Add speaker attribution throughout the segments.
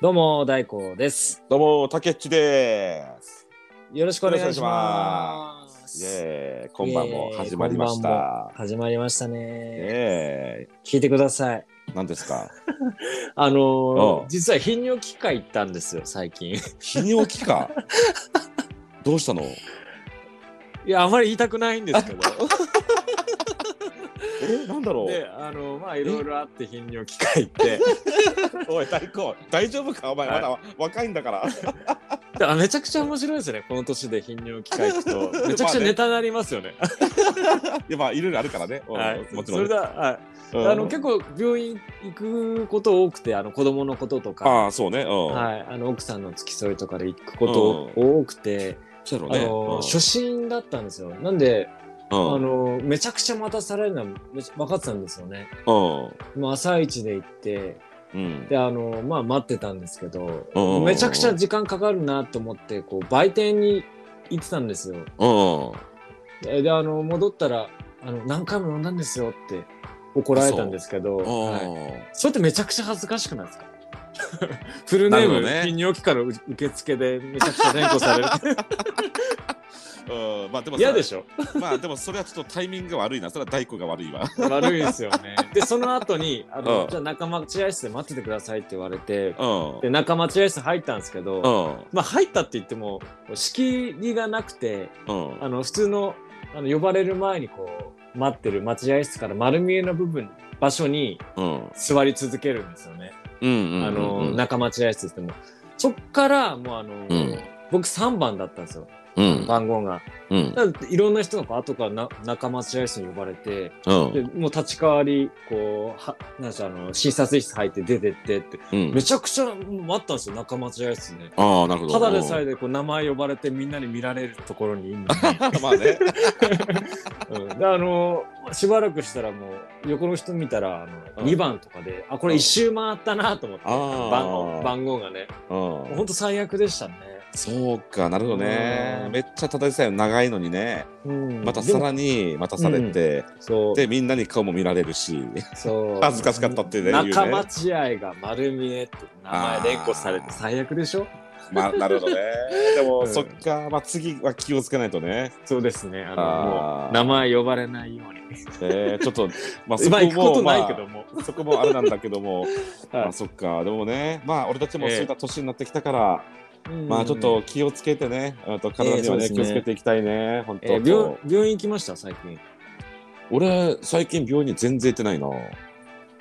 Speaker 1: どうも大光です。
Speaker 2: どうも、たけっちです。
Speaker 1: よろしくお願いしま
Speaker 2: イ
Speaker 1: す。
Speaker 2: エーイ、今晩も始まりまし
Speaker 1: イエー
Speaker 2: た。
Speaker 1: 始まりましたね。
Speaker 2: え
Speaker 1: 聞いてください。
Speaker 2: え、何ですか。
Speaker 1: あのー
Speaker 2: うん
Speaker 1: 実は頻尿機会行ったんですよ最 近。
Speaker 2: 泌尿器 か。どうしたの。
Speaker 1: いやあまり言いたくないん ですけど。
Speaker 2: え、なんだろ
Speaker 1: で
Speaker 2: う。
Speaker 1: あのまあいろいろあって頻尿機会 行って。
Speaker 2: おい、大根、大丈夫か、お前、まだ若いんだから。
Speaker 1: だからめちゃくちゃ面白いですねこの年で頻尿機会行く とめちゃくちゃネタになりますよね。
Speaker 2: いや、まあ、いろいろあるからね。うん
Speaker 1: はい。
Speaker 2: もち
Speaker 1: そ
Speaker 2: ろん
Speaker 1: れだ
Speaker 2: ね。
Speaker 1: はい。
Speaker 2: うん
Speaker 1: あの結構病院行くこと多くてあの子供のこととか。
Speaker 2: ああ、そうね。うん。
Speaker 1: はい、あの奥さんの付き添いとかで行くこと多くて、
Speaker 2: そうやろ
Speaker 1: あ
Speaker 2: うね。
Speaker 1: の
Speaker 2: うん
Speaker 1: 初心だったんですよ。なんで、あ
Speaker 2: うん
Speaker 1: のめちゃくちゃ待たされるのはめち分かってたんですよね。
Speaker 2: うん。
Speaker 1: もう朝一で行って
Speaker 2: うん。
Speaker 1: であの、まあ、待ってたんですけど、
Speaker 2: うんうんうん
Speaker 1: めちゃくちゃ時間かかるなと思ってこう売店に行ってたんですよ。
Speaker 2: うん。
Speaker 1: でであの戻ったらあの「何回も飲んだんですよ」って怒られたんですけど。はい
Speaker 2: うん
Speaker 1: それってめちゃくちゃ恥ずかしくないですか フルネー
Speaker 2: な
Speaker 1: ム、
Speaker 2: るほどね
Speaker 1: 泌尿器科の受受付でめちゃくちゃ連呼され る
Speaker 2: うん。まあ、でもさ。
Speaker 1: 嫌でしょ
Speaker 2: まあ、でも、それはちょっとタイミングが悪いな。それは大根が悪いわ。
Speaker 1: 悪いですよね。 で、その後に、あの、
Speaker 2: うん
Speaker 1: じゃあ仲間待合室で待っててくださいって言われて、
Speaker 2: うん。
Speaker 1: で、仲間待合室入ったんですけど、
Speaker 2: うん。
Speaker 1: まあ入ったって言っても、仕切りがなくて、
Speaker 2: うん。
Speaker 1: あの、普通の、あの、呼ばれる前にこう、待ってる待合室から丸見えの部分、場所に
Speaker 2: うん。
Speaker 1: 座り続けるんですよね。
Speaker 2: うんうんうんうん
Speaker 1: あの、仲間待合室って言っても。そっから、もうあの、
Speaker 2: うん
Speaker 1: 僕3番だったんですよ、
Speaker 2: うん
Speaker 1: 番号が。
Speaker 2: うん
Speaker 1: だからいろんな人がこう後からな仲間待合室に呼ばれて、
Speaker 2: うん
Speaker 1: でもう立ち代わりこうはなんしあの診察室入って出てってって
Speaker 2: うん
Speaker 1: めちゃくちゃ待ったんですよ仲間違い室ね。
Speaker 2: ああなるほど
Speaker 1: ただでさえでこう名前呼ばれてみんなに見られるところにいるのに、
Speaker 2: まあね
Speaker 1: うんであのしばらくしたらもう横の人見たらあ
Speaker 2: う
Speaker 1: の
Speaker 2: ん
Speaker 1: 2番とかで、あこれ一周回ったなと思って、
Speaker 2: あ ー
Speaker 1: 番号番号がね
Speaker 2: う
Speaker 1: ほ
Speaker 2: ん
Speaker 1: んと最悪でしたね。
Speaker 2: そうかなるほど
Speaker 1: う
Speaker 2: ね
Speaker 1: ん
Speaker 2: めっちゃただでさえ長いのにね
Speaker 1: うん
Speaker 2: また
Speaker 1: で
Speaker 2: さ
Speaker 1: も
Speaker 2: らに待たされて
Speaker 1: そう
Speaker 2: でみんなに顔も見られるし
Speaker 1: そう
Speaker 2: 恥ずかしかったってね言うね
Speaker 1: 仲間違いが丸見えって名前連呼されて最悪でしょ
Speaker 2: まあなるほ どねで
Speaker 1: う
Speaker 2: も
Speaker 1: ん
Speaker 2: そっかまあ次は気をつけないとね
Speaker 1: そうですね。あの
Speaker 2: あー
Speaker 1: もう名前呼ばれないように。
Speaker 2: えーちょっと まあそ
Speaker 1: まあ行くこ
Speaker 2: こともま
Speaker 1: ない
Speaker 2: あ
Speaker 1: けども。
Speaker 2: そこもあれなんだけど も
Speaker 1: はい
Speaker 2: まあそっかでもねまあ俺たちもそういった年になってきたから
Speaker 1: うん
Speaker 2: まあちょっと、気をつけてね、あと体に
Speaker 1: え
Speaker 2: は
Speaker 1: え
Speaker 2: ね
Speaker 1: そうですね
Speaker 2: 気をつけていきたいね、本当。
Speaker 1: えー病病院行きました最近。
Speaker 2: 俺最近病院に全然行ってないな。
Speaker 1: あ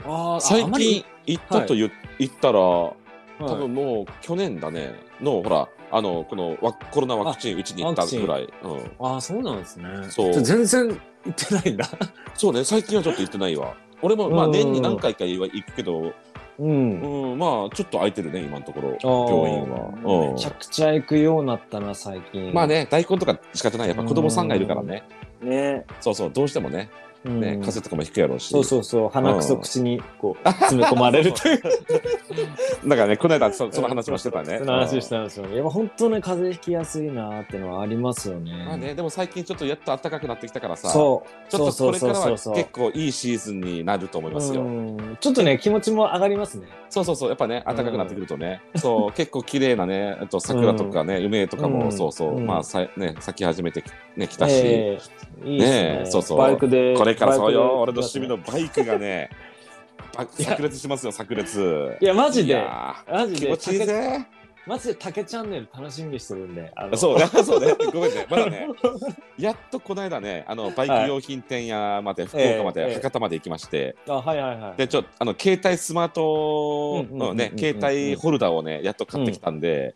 Speaker 1: ーあ
Speaker 2: 最
Speaker 1: あまり
Speaker 2: 近行ったと言,、言ったら、
Speaker 1: はい
Speaker 2: 多分もう去年だねのほらあのこのワコロナワクチン打ちに行ったぐらい。うん。
Speaker 1: あーそうなんですね。
Speaker 2: そう
Speaker 1: 全然行ってないんだ。
Speaker 2: そうね最近はちょっと行ってないわ。俺もまあ
Speaker 1: うんうんうん
Speaker 2: 年に何回かは行くけど、
Speaker 1: うん。
Speaker 2: うんまあちょっと空いてるね今のところ
Speaker 1: あー
Speaker 2: 病院は。
Speaker 1: めちゃ
Speaker 2: う
Speaker 1: くちゃ行くようになったな最近。
Speaker 2: ん。まあ。ね大根とか仕方ないやっぱ子供さんがいるからね。
Speaker 1: ね。
Speaker 2: そうそうどうしてもね
Speaker 1: うん
Speaker 2: ね風邪とかも引くやろうし。
Speaker 1: そうそうそう鼻くそ口にこう詰め込まれる という。
Speaker 2: だからね、この間そその話もしてたね。
Speaker 1: その話したんですよね。やっぱ本当ね風邪ひきやすいなーってのはありますよ
Speaker 2: う
Speaker 1: ね。
Speaker 2: んまあね、でも最近ちょっとやっと暖かくなってきたからさ、
Speaker 1: そう。
Speaker 2: ちょっとこれからは
Speaker 1: そう
Speaker 2: 結
Speaker 1: そうそうそう
Speaker 2: 構いいシーズンになると思いますよ。
Speaker 1: うんちょっとね気持ちも上がりますね。
Speaker 2: そうそうそう、やっぱね、暖かくなってくるとね、そう、結構綺麗なね、あと桜とかね、梅とか
Speaker 1: うん
Speaker 2: も、そうそう、
Speaker 1: うん
Speaker 2: まあさ、ね、咲き始めてき,、ね、きたし、
Speaker 1: ええいいですね
Speaker 2: ねえそうそう
Speaker 1: バイクで
Speaker 2: これからそうよ、俺
Speaker 1: バ
Speaker 2: の
Speaker 1: イクで
Speaker 2: 趣味のバイクがね、ば
Speaker 1: いや
Speaker 2: 炸裂しますよ、炸裂。
Speaker 1: いやマ
Speaker 2: マ
Speaker 1: ジでマジ
Speaker 2: 気
Speaker 1: で
Speaker 2: 持ちいい
Speaker 1: 竹
Speaker 2: ぜ。
Speaker 1: マジで竹チャンネル楽しみにしてるんであの
Speaker 2: そうね、そうね、ごめんね、まだね、やっとこの間ね、あのバイク用品店屋まで、福岡ま
Speaker 1: ええええ
Speaker 2: で、博多まで行きまして、
Speaker 1: あはいはいはい
Speaker 2: で、ちょっと、あの携帯スマー
Speaker 1: う
Speaker 2: ト
Speaker 1: んうんうんうんう
Speaker 2: の
Speaker 1: ん
Speaker 2: ね、携帯ホルダーをね、やっと買ってきたんで、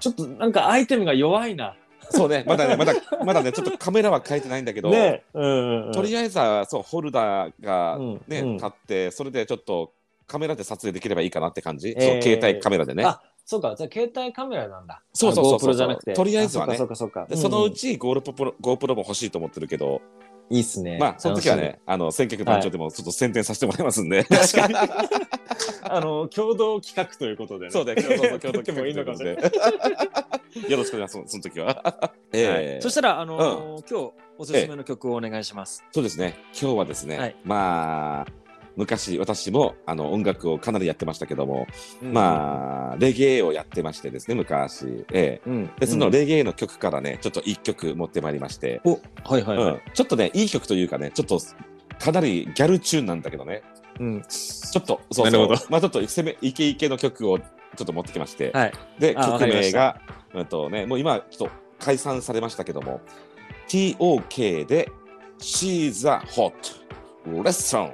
Speaker 1: ちょっとなんかアイテムが弱いな
Speaker 2: そうね、まだね、まだ、まだね、ちょっとカメラは変えてないんだけど、
Speaker 1: ねえうんうん
Speaker 2: とりあえずは、そう、ホルダーが
Speaker 1: うん
Speaker 2: ね、
Speaker 1: うん
Speaker 2: 買って、それでちょっとカメラで撮影できればいいかなって感じ、
Speaker 1: ええ
Speaker 2: そう携帯カメラでね。
Speaker 1: あそうかじゃあ携帯カメラなんだ
Speaker 2: そうそうそうそう
Speaker 1: あ GoPro じゃなくて
Speaker 2: とりあえずはね
Speaker 1: そうかそうかそうか
Speaker 2: でそのうち GoPro プロ GoPro も欲しいと思ってるけど、
Speaker 1: うんいいっすね
Speaker 2: まあその時は
Speaker 1: 楽し
Speaker 2: ねあの選曲団長でもちょっと宣伝させてもらいますん で、
Speaker 1: み確かにあの共同企画ということでね
Speaker 2: そうだよ、そう そう、今日
Speaker 1: やってもいいのかもしれない
Speaker 2: ない。 よろしくお願いします、その時は。
Speaker 1: はいそしたら、あのー今日おすすめの曲をお願いします。
Speaker 2: そうですね、今日はですね、
Speaker 1: はい
Speaker 2: まあ、昔私もあの音楽をかなりやってましたけども、
Speaker 1: うん
Speaker 2: まあレゲエをやってましてですね昔、ええ、
Speaker 1: うん
Speaker 2: でそのレゲエの曲からねちょっと一曲持ってまいりまして、
Speaker 1: おはいはいは
Speaker 2: うん
Speaker 1: い、
Speaker 2: ちょっとねいい曲というかねちょっとかなりギャルチューンなんだけどね
Speaker 1: うん、
Speaker 2: ちょっとそ
Speaker 1: な
Speaker 2: う
Speaker 1: る
Speaker 2: そう
Speaker 1: ほど
Speaker 2: まあちょっと攻めイケイケの曲をちょっと持ってきまして、
Speaker 1: はい
Speaker 2: で
Speaker 1: あわ
Speaker 2: 曲
Speaker 1: かりま
Speaker 2: 名
Speaker 1: した
Speaker 2: が、うんとね、もう今ちょっと解散されましたけども TOK で「She's a Hot Lesson」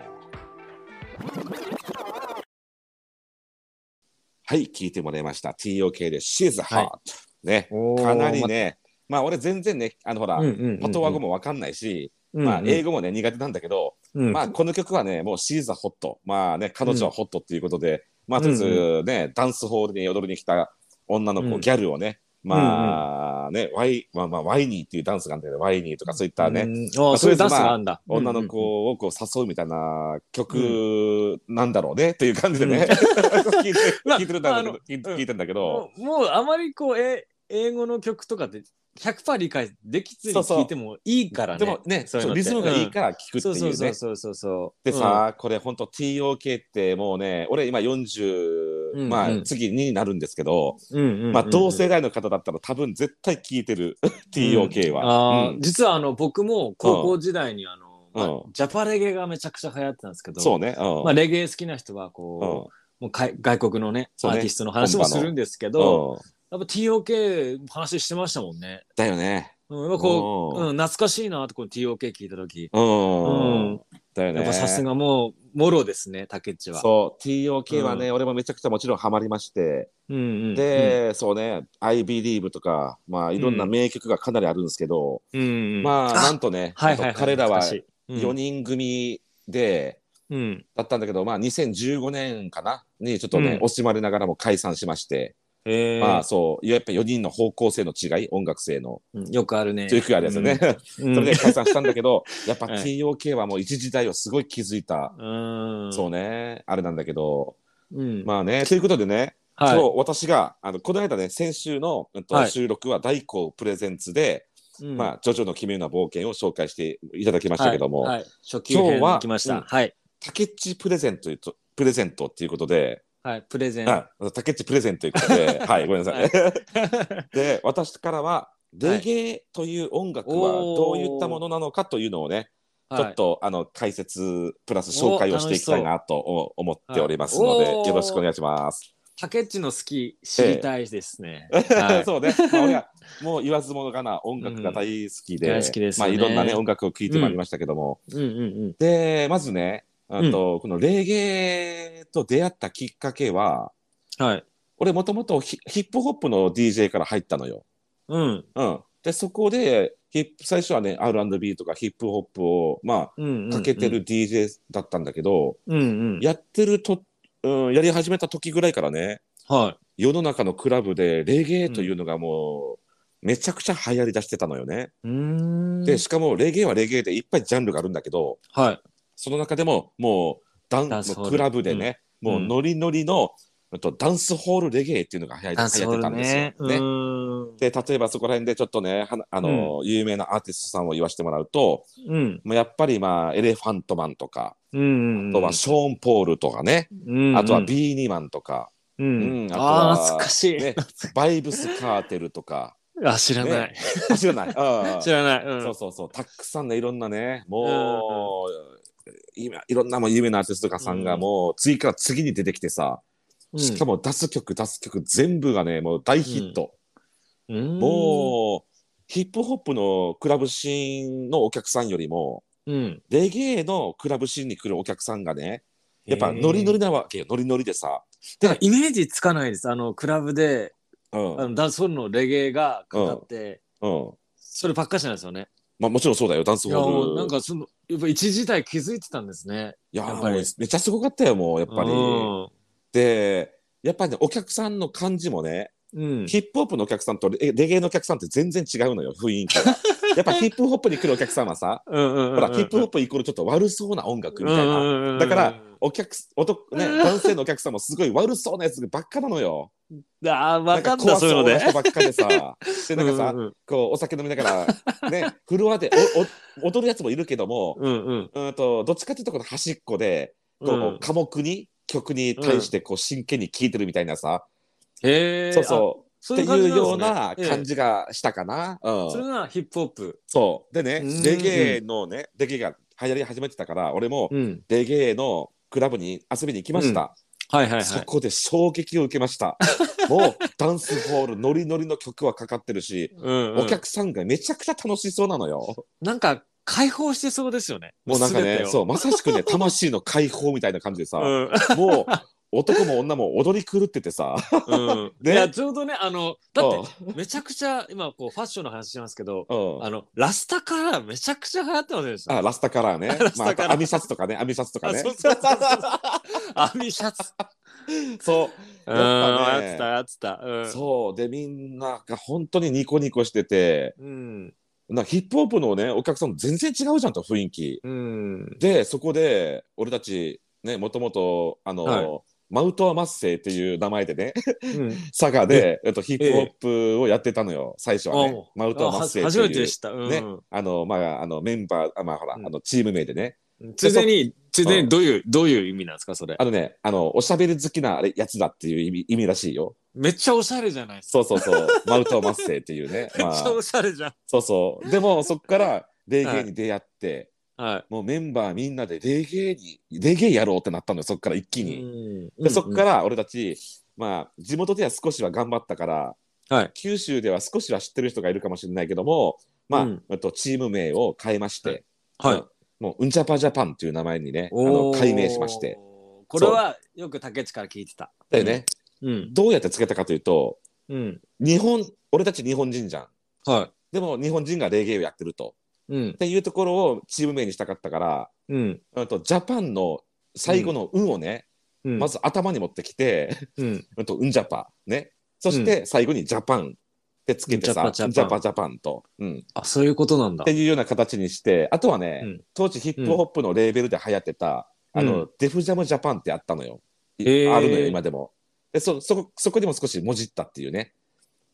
Speaker 2: はい聞いてもらいました TOK で「She's a Hot、
Speaker 1: はい
Speaker 2: ね
Speaker 1: おー
Speaker 2: かなりねまあ俺全然ねあのほら、
Speaker 1: うんうんうんうん
Speaker 2: パトワ語もわかんないし、
Speaker 1: うんうん
Speaker 2: まあ、英語もね苦手なんだけど、
Speaker 1: うん
Speaker 2: まあこの曲はね、もうシーザーホット、まあね、彼女はホットっていうことで、まあとりあえずね、ダンスホールに踊りに来た女の子、
Speaker 1: うん
Speaker 2: ギャルをね、まあね、ワイ、まあまあ、ワイニーっていうダンスがあるんだけど、ワイニーとかそういったね、
Speaker 1: うん
Speaker 2: ま
Speaker 1: あ
Speaker 2: あ
Speaker 1: あそういうダンスがあんだ、
Speaker 2: 女の子をこう誘うみたいな曲なんだろうね、という感じでね、 聞いて
Speaker 1: まあ
Speaker 2: 聞いてるんだけ
Speaker 1: あ
Speaker 2: ど
Speaker 1: の、
Speaker 2: 聞い聞いてんだけ
Speaker 1: うんうん
Speaker 2: ど、
Speaker 1: もうもうあまりこうえ英語の曲とかって100%理解できずに
Speaker 2: そうそう
Speaker 1: 聞いてもいいからね
Speaker 2: でもね、
Speaker 1: そういうのって
Speaker 2: リズムがいいから聞くって
Speaker 1: そう
Speaker 2: い
Speaker 1: そう
Speaker 2: う
Speaker 1: そ
Speaker 2: ね
Speaker 1: う。そうそうそう
Speaker 2: でさ、これ本当 TOK ってもうね俺今40、
Speaker 1: うん
Speaker 2: ま
Speaker 1: う
Speaker 2: あ
Speaker 1: ん
Speaker 2: 次になるんですけど、
Speaker 1: うん、うんうんうん
Speaker 2: まあ、同世代の方だったら多分絶対聞いてる TOK は、
Speaker 1: あー
Speaker 2: うん
Speaker 1: 実はあの僕も高校時代にあの、まあ
Speaker 2: うん
Speaker 1: ジャパレゲがめちゃくちゃ流行ってたんですけど
Speaker 2: そうね、うん
Speaker 1: まあ、レゲエ好きな人は
Speaker 2: うん
Speaker 1: こう,、もうかい外国のねア
Speaker 2: そうね
Speaker 1: ーティストの話もするんですけど、
Speaker 2: うん
Speaker 1: やっぱ TOK の話してましたもんね。
Speaker 2: だよね
Speaker 1: うん、やっぱこう、
Speaker 2: うん
Speaker 1: うん、懐かしいなってこの TOK 聞いた時
Speaker 2: うん、
Speaker 1: うん
Speaker 2: だよね
Speaker 1: やっぱさすがもうもろですね竹内は。
Speaker 2: そう TOK はね、俺もめちゃくちゃもちろんハマりまして、
Speaker 1: うんうん、
Speaker 2: で、そうね「IBelieve」とかまあいろんな名曲がかなりあるんですけど、
Speaker 1: うんうん、
Speaker 2: まあ
Speaker 1: あ
Speaker 2: なんとね
Speaker 1: はいはい
Speaker 2: ないんと彼らは
Speaker 1: 懐かしい
Speaker 2: 4人組で、
Speaker 1: うんうん
Speaker 2: だったんだけど、まあ、2015年かなにちょっとね、
Speaker 1: うん
Speaker 2: 惜しまれながらも解散しまして、
Speaker 1: えー
Speaker 2: まあそうやっぱ4人の方向性の違い音楽性の
Speaker 1: うんよくあるね。
Speaker 2: というくらいですよね、
Speaker 1: うん。
Speaker 2: それで解散したんだけどやっぱ
Speaker 1: はい
Speaker 2: TOK はもう一時代をすごい築いた、
Speaker 1: うん、うん
Speaker 2: そうねあれなんだけど
Speaker 1: うん
Speaker 2: まあねということでね、
Speaker 1: はい
Speaker 2: そう私があのこの間ね先週の、うんと
Speaker 1: はい
Speaker 2: 収録は大光プレゼンツで、
Speaker 1: うん
Speaker 2: まあ「ジョジョの奇妙な冒険」を紹介していただきましたけども、
Speaker 1: はいはい初級編に来ました。
Speaker 2: 今日はうん
Speaker 1: はい、
Speaker 2: 竹内プレゼントとプレゼントっていうことで、
Speaker 1: はい、プレゼン。
Speaker 2: あ竹内プレゼントということ で、はい、ごめんなさい。 で、私からは、
Speaker 1: は
Speaker 2: レ
Speaker 1: い
Speaker 2: ゲエという音楽は
Speaker 1: おー
Speaker 2: どういったものなのかというのをね、
Speaker 1: はい
Speaker 2: ちょっとあの解説プラス紹介をしていきたいなとお思っておりますの
Speaker 1: はい
Speaker 2: で、
Speaker 1: おー
Speaker 2: よろしくお願いします。
Speaker 1: 竹内の好き知りたいですね。はい
Speaker 2: そう ね、まあ、俺はもう言わずもがな音楽が大好きで、
Speaker 1: うん大好きです
Speaker 2: ま
Speaker 1: よ
Speaker 2: あ、
Speaker 1: ね
Speaker 2: いろんなね音楽を聴いてまいりましたけども、
Speaker 1: うんうん
Speaker 2: で、まずね、あとこのレゲエと出会ったきっかけは、
Speaker 1: うん。はい。
Speaker 2: 俺もともとヒヒップホップの DJ から入ったのよ。
Speaker 1: うん
Speaker 2: うん、でそこでヒップ最初はね R&B とかヒップホップをま
Speaker 1: うんうんうん。
Speaker 2: あかけてる。DJ だったんだけど、
Speaker 1: うんうん。
Speaker 2: やってると、うん、やり始めた時ぐらいからね
Speaker 1: は
Speaker 2: 世の中のクラブでレゲエというのがもう、めちゃくちゃ流行りだしてたのよね。
Speaker 1: い。うーん。
Speaker 2: でしかもレゲエはレゲエでいっぱいジャンルがあるんだけど
Speaker 1: はい。
Speaker 2: その中でももうダン
Speaker 1: ダンスホール
Speaker 2: クラブでね、もうノリノリの、うんとダンスホールレゲエっていうのが流行
Speaker 1: ダンス
Speaker 2: 流
Speaker 1: ホ
Speaker 2: 行
Speaker 1: ー
Speaker 2: ってた
Speaker 1: ル
Speaker 2: んですよ。
Speaker 1: ね。う
Speaker 2: ね
Speaker 1: ーん。
Speaker 2: で例えばそこら辺でちょっとねはなあの、有名なアーティストさんを言わせてもらうと
Speaker 1: うん。
Speaker 2: もうやっぱりまあエレファントマンとか、
Speaker 1: うん。
Speaker 2: あとはショーン・ポールとかね、
Speaker 1: うん。
Speaker 2: あとはビーニーマンとか、
Speaker 1: うん
Speaker 2: う。んあとは
Speaker 1: ああ、懐かしい。
Speaker 2: ね、バイブス・カーテルとか
Speaker 1: あ、知らない
Speaker 2: ね。あ知らないあ
Speaker 1: 知らない。う。
Speaker 2: そうんそうそうたくさんねいろんなねもう、今いろんなもう有名なアーティストとかさんが
Speaker 1: うん
Speaker 2: もう次から次に出てきてさ、しかも出す曲出す曲全部がねもう大ヒット。
Speaker 1: うん、
Speaker 2: もうヒップホップのクラブシーンのお客さんよりも
Speaker 1: うん、うん。
Speaker 2: レゲエのクラブシーンに来るお客さんがねやっぱノリノリなわけよノリノリでさ、
Speaker 1: だからイメージつかないです。あの、クラブで、
Speaker 2: うんう
Speaker 1: あ
Speaker 2: ん
Speaker 1: のダンスホールのレゲエがかかって、そればっかしなんですよね。
Speaker 2: まあ、もちろんそうだよダンス
Speaker 1: い
Speaker 2: ホ
Speaker 1: や、
Speaker 2: ー
Speaker 1: も
Speaker 2: ル
Speaker 1: うなんかその、やっぱ一時代気づいてたんですね。
Speaker 2: いやー
Speaker 1: やっぱり
Speaker 2: もうめっちゃすごかったよもうやっぱり。
Speaker 1: う
Speaker 2: でやっぱりねお客さんの感じもね、
Speaker 1: ん。
Speaker 2: ヒップホップのお客さんとレレゲエのお客さんって全然違うのよ雰囲気 が。やっぱヒップホップに来るお客さんはさ
Speaker 1: うんうんうんうん。
Speaker 2: ほらヒップホップイコールちょっと悪そうな音楽みたいな。
Speaker 1: な
Speaker 2: だから、お客す男ね、男性のお客さんもすごい悪そうなやつばっかなのよ。
Speaker 1: ああ、わかっ
Speaker 2: な
Speaker 1: た、
Speaker 2: ん
Speaker 1: そういうので。
Speaker 2: 怖そうな人ばっか でさ。で、なんかさ、
Speaker 1: うんうん
Speaker 2: こう、お酒飲みなが ら、ね、フロアでおお踊るやつもいるけども、
Speaker 1: うんうん。
Speaker 2: うんと、どっちかっていうとこの端っこで、こう科目に曲に対してこう真剣に聴いてるみたいなさ、
Speaker 1: へえ。
Speaker 2: そうそう
Speaker 1: そ
Speaker 2: っ
Speaker 1: うい
Speaker 2: て
Speaker 1: う感じ
Speaker 2: い
Speaker 1: な
Speaker 2: う
Speaker 1: で
Speaker 2: んよ
Speaker 1: す
Speaker 2: う
Speaker 1: ね
Speaker 2: な
Speaker 1: ええ
Speaker 2: 感じがしたかな。うん
Speaker 1: それがヒップホップ。
Speaker 2: そうでね
Speaker 1: うん
Speaker 2: レゲエのねレゲエが流行り始めてたから俺も
Speaker 1: うん。
Speaker 2: レゲエのクラブに遊びに行きました、
Speaker 1: はいはいは
Speaker 2: そ
Speaker 1: い。
Speaker 2: こで衝撃を受けました もうダンスホールノリノリの曲はかかってるし、
Speaker 1: うん
Speaker 2: お客さんがめちゃくちゃ楽しそうなのよ
Speaker 1: なんか解放してそうですよね。。
Speaker 2: もうなんかねそううまさし くね魂の解放みたいな感じでさ、
Speaker 1: うん。
Speaker 2: もう男も女も踊り狂っててさ
Speaker 1: うんい
Speaker 2: ね
Speaker 1: やちょうどねあのだって
Speaker 2: うん
Speaker 1: めちゃくちゃ今こうファッションの話しますけど、
Speaker 2: うん
Speaker 1: あのラスタカラーめちゃくちゃ流行ってませんでした。
Speaker 2: あラスタカラー ね
Speaker 1: ラスタカ
Speaker 2: ま
Speaker 1: ラ
Speaker 2: あ、
Speaker 1: ー
Speaker 2: あと網シャツとかね網シャツとか
Speaker 1: あ
Speaker 2: ね
Speaker 1: そうそうそうそうアミシャツ。
Speaker 2: そう
Speaker 1: うん、
Speaker 2: や
Speaker 1: や
Speaker 2: っぱ
Speaker 1: っ
Speaker 2: ね
Speaker 1: てた、やってた。うん。
Speaker 2: そうでみんなが本当にニコニコしてて
Speaker 1: うん。
Speaker 2: なヒップホップのねお客さんも全然違うじゃんと雰囲気
Speaker 1: うん。
Speaker 2: でそこで俺たちねもともとあの、
Speaker 1: はい
Speaker 2: マウトアマッセイっていう名前でね
Speaker 1: うん。
Speaker 2: 佐賀で、えっと、ヒップホップをやってたのよ最初はね、
Speaker 1: おう
Speaker 2: マウトアマッ
Speaker 1: あ
Speaker 2: セイ
Speaker 1: は
Speaker 2: って
Speaker 1: 初めて
Speaker 2: い
Speaker 1: で
Speaker 2: う
Speaker 1: した。うん。
Speaker 2: ねあのまああのメンバーあまあほら、
Speaker 1: うん
Speaker 2: あのチーム名でね
Speaker 1: ついでに、ついでにどういう、どういう意味なんですか、それ。
Speaker 2: あのねあのおしゃべり好きなあれやつだっていう意味意味らしいよ
Speaker 1: めっちゃおしゃれじゃないですか。
Speaker 2: そうそう そうマウトアマッセイっていうね、
Speaker 1: め
Speaker 2: ま
Speaker 1: っ
Speaker 2: あ
Speaker 1: ちゃ、おしゃれじゃん。
Speaker 2: そうそうでもそこからレゲエに出会って、
Speaker 1: は
Speaker 2: もうメンバーみんなでレゲエに、レゲエやろうってなったのよ、そっから一
Speaker 1: い。
Speaker 2: 気に。
Speaker 1: うん
Speaker 2: で、そっか。ら俺たち、まあ、地元では少しは頑張ったから、
Speaker 1: はい
Speaker 2: 九州では少しは知ってる人がいるかもしれないけども、まあ、
Speaker 1: うん
Speaker 2: えっとチーム名を変えまして、
Speaker 1: うんはい。
Speaker 2: もう、うんちゃぱジャパンという名前にね、あの
Speaker 1: おー
Speaker 2: 改名しまして。。
Speaker 1: これはよく竹内から聞いてた。
Speaker 2: だよね、
Speaker 1: うん。
Speaker 2: どうやってつけたかというと、
Speaker 1: うん。
Speaker 2: 日本、俺たち日本人じゃん。
Speaker 1: は
Speaker 2: でも、日本人がレゲエをやってると。
Speaker 1: い。うん
Speaker 2: っ。ていうところをチーム名にしたかったから、
Speaker 1: うん。
Speaker 2: うんとジャパンの最後の「運をね、
Speaker 1: うん。
Speaker 2: まず頭に持ってきて、
Speaker 1: うん。
Speaker 2: うんと、うんジャパね。そして最後にジャパンってつけてさ、
Speaker 1: う
Speaker 2: うんん
Speaker 1: ジャ
Speaker 2: ジ
Speaker 1: パジャパン
Speaker 2: ャパジャパンと、うん。
Speaker 1: あ、そういうことなんだ
Speaker 2: って。いうような形にして、あとはね、
Speaker 1: うん
Speaker 2: 当時ヒップホップのレーベルで流行ってた、あ
Speaker 1: う
Speaker 2: の、デフジャムジャパンってあったのよ。い
Speaker 1: へー
Speaker 2: あるのよ、今でも。で、そ、そこ、そこでも少しもじったっていうね。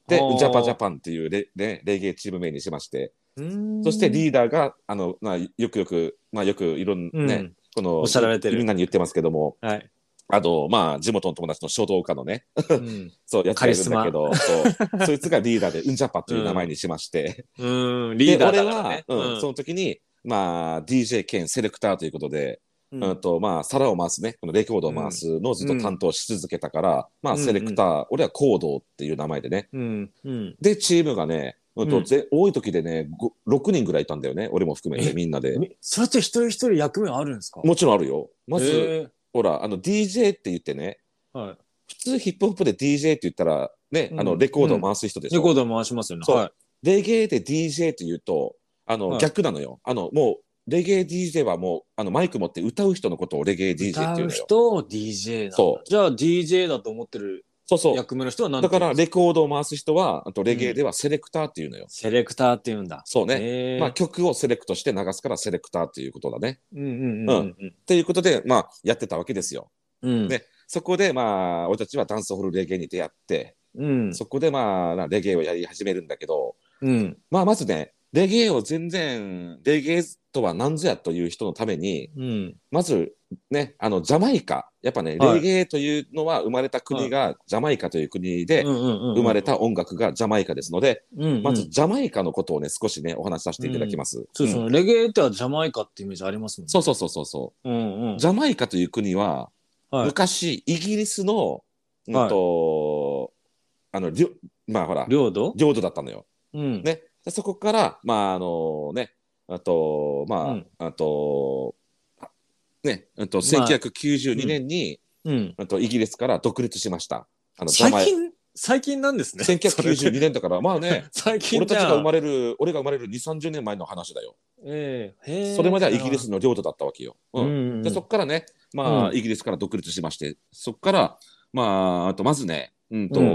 Speaker 2: で、
Speaker 1: あー
Speaker 2: ジャパジャパンっていうレ、ね、レゲエチーム名にしまして、そ
Speaker 1: そ
Speaker 2: してリーダーが、あの、まあ、よくよく、まあ、よくいろんなね、
Speaker 1: うん
Speaker 2: この、
Speaker 1: おっしゃられてる
Speaker 2: みんなに言ってますけども、
Speaker 1: はい。
Speaker 2: あと、まあ、地元の友達の書道家のね、
Speaker 1: うん
Speaker 2: そう、やつがいるんだけど、そうそいつがリーダーで、うんじゃぱという名前にしまして、
Speaker 1: うん。
Speaker 2: で
Speaker 1: リーダーだ
Speaker 2: 俺
Speaker 1: から
Speaker 2: は
Speaker 1: ね、。
Speaker 2: うんその時に、まあ、DJ 兼セレクターということで、
Speaker 1: う
Speaker 2: うんんとまあ、皿を回すね、このレコードを回すのをずっと担当し続けたから、ま
Speaker 1: う
Speaker 2: あ、
Speaker 1: んうん
Speaker 2: セレクター、俺はコードっていう名前でね。
Speaker 1: うん。うん。
Speaker 2: で、チームがね、うんと
Speaker 1: うん
Speaker 2: ぜ多い時でね、ご6人ぐらいいたんだよね、俺も含めて、
Speaker 1: え
Speaker 2: みんなで。
Speaker 1: みそれって一人一人役目あるんですか
Speaker 2: もちろんあるよ。まず、
Speaker 1: へ
Speaker 2: ほら、あの、DJ って言ってね、
Speaker 1: ーはい。
Speaker 2: 普通ヒップホップで DJ って言ったら、ね、あ
Speaker 1: う
Speaker 2: の、
Speaker 1: ん
Speaker 2: レコードを回す人でしょ。
Speaker 1: レコード回しますよね。
Speaker 2: そう
Speaker 1: はい
Speaker 2: レゲエで DJ って言うと、あの、
Speaker 1: はい
Speaker 2: 逆なのよ。あの、もう、レゲエ DJ はもう、あの、マイク持って歌う人のことをレゲエ DJ って
Speaker 1: 歌
Speaker 2: 言う
Speaker 1: う
Speaker 2: のよ。
Speaker 1: 人を DJ なんだ
Speaker 2: そう
Speaker 1: じゃあ DJ だと思ってる
Speaker 2: そうそう。
Speaker 1: 役目の人は何
Speaker 2: だ
Speaker 1: て言
Speaker 2: か
Speaker 1: う
Speaker 2: ら、
Speaker 1: んです
Speaker 2: レコードを回す人は、あとレゲエではセレクターって言うのよ。
Speaker 1: セレクターって言うんだ。
Speaker 2: そうね。
Speaker 1: ね
Speaker 2: まあ、曲をセレクトして流すからセレクターっていうことだね。
Speaker 1: うんうんうんうん
Speaker 2: っていうことで、まあ、やってたわけですよ。
Speaker 1: うん。
Speaker 2: ねそこで、まあ、俺たちはダンスホールレゲエに出会って、
Speaker 1: うん。
Speaker 2: そこで、まあな、レゲエをやり始めるんだけど、
Speaker 1: うん。
Speaker 2: まあ、まずね、レゲエを全然、レゲエとは何ぞやという人のために、
Speaker 1: うん。
Speaker 2: まずね、あのジャマイカ、やっぱね、
Speaker 1: はい
Speaker 2: レゲエというのは生まれた国がジャマイカという国で
Speaker 1: 生
Speaker 2: 生まれ、た音楽がジャマイカですので、
Speaker 1: うんうん
Speaker 2: まずジャマイカのことをね、少しね、お話しさせていただきます。
Speaker 1: そう
Speaker 2: うん
Speaker 1: そのレゲエってはジャマイカってイメージありますもんね。
Speaker 2: そうそうそうそうそ
Speaker 1: うんうん
Speaker 2: う。ジャマイカという国は、
Speaker 1: はい
Speaker 2: 昔、イギリスの、うん
Speaker 1: はい
Speaker 2: と、あの、りょまあほら、
Speaker 1: 領土
Speaker 2: 領土だったのよ。
Speaker 1: うん。
Speaker 2: ね。でそこから、まああのね、あと、まあ、
Speaker 1: うん
Speaker 2: あと、ね、うんと、
Speaker 1: まあ
Speaker 2: 1992年に、
Speaker 1: うん。
Speaker 2: うんとイギリスから独立しました。あの
Speaker 1: 最近、最近なんですね。、
Speaker 2: 1992年だから、まあね
Speaker 1: 最近
Speaker 2: 俺たちが生ま
Speaker 1: れ
Speaker 2: れる、俺が生まれる2、30年前の話だよ。
Speaker 1: ええへえ
Speaker 2: それまではイギリスの領土だったわけよ。
Speaker 1: う
Speaker 2: うんん
Speaker 1: うん。
Speaker 2: でそこからね、まあ、
Speaker 1: う
Speaker 2: イギリスから独立しまして、そこから、まあ、あとまずね、うんと
Speaker 1: うん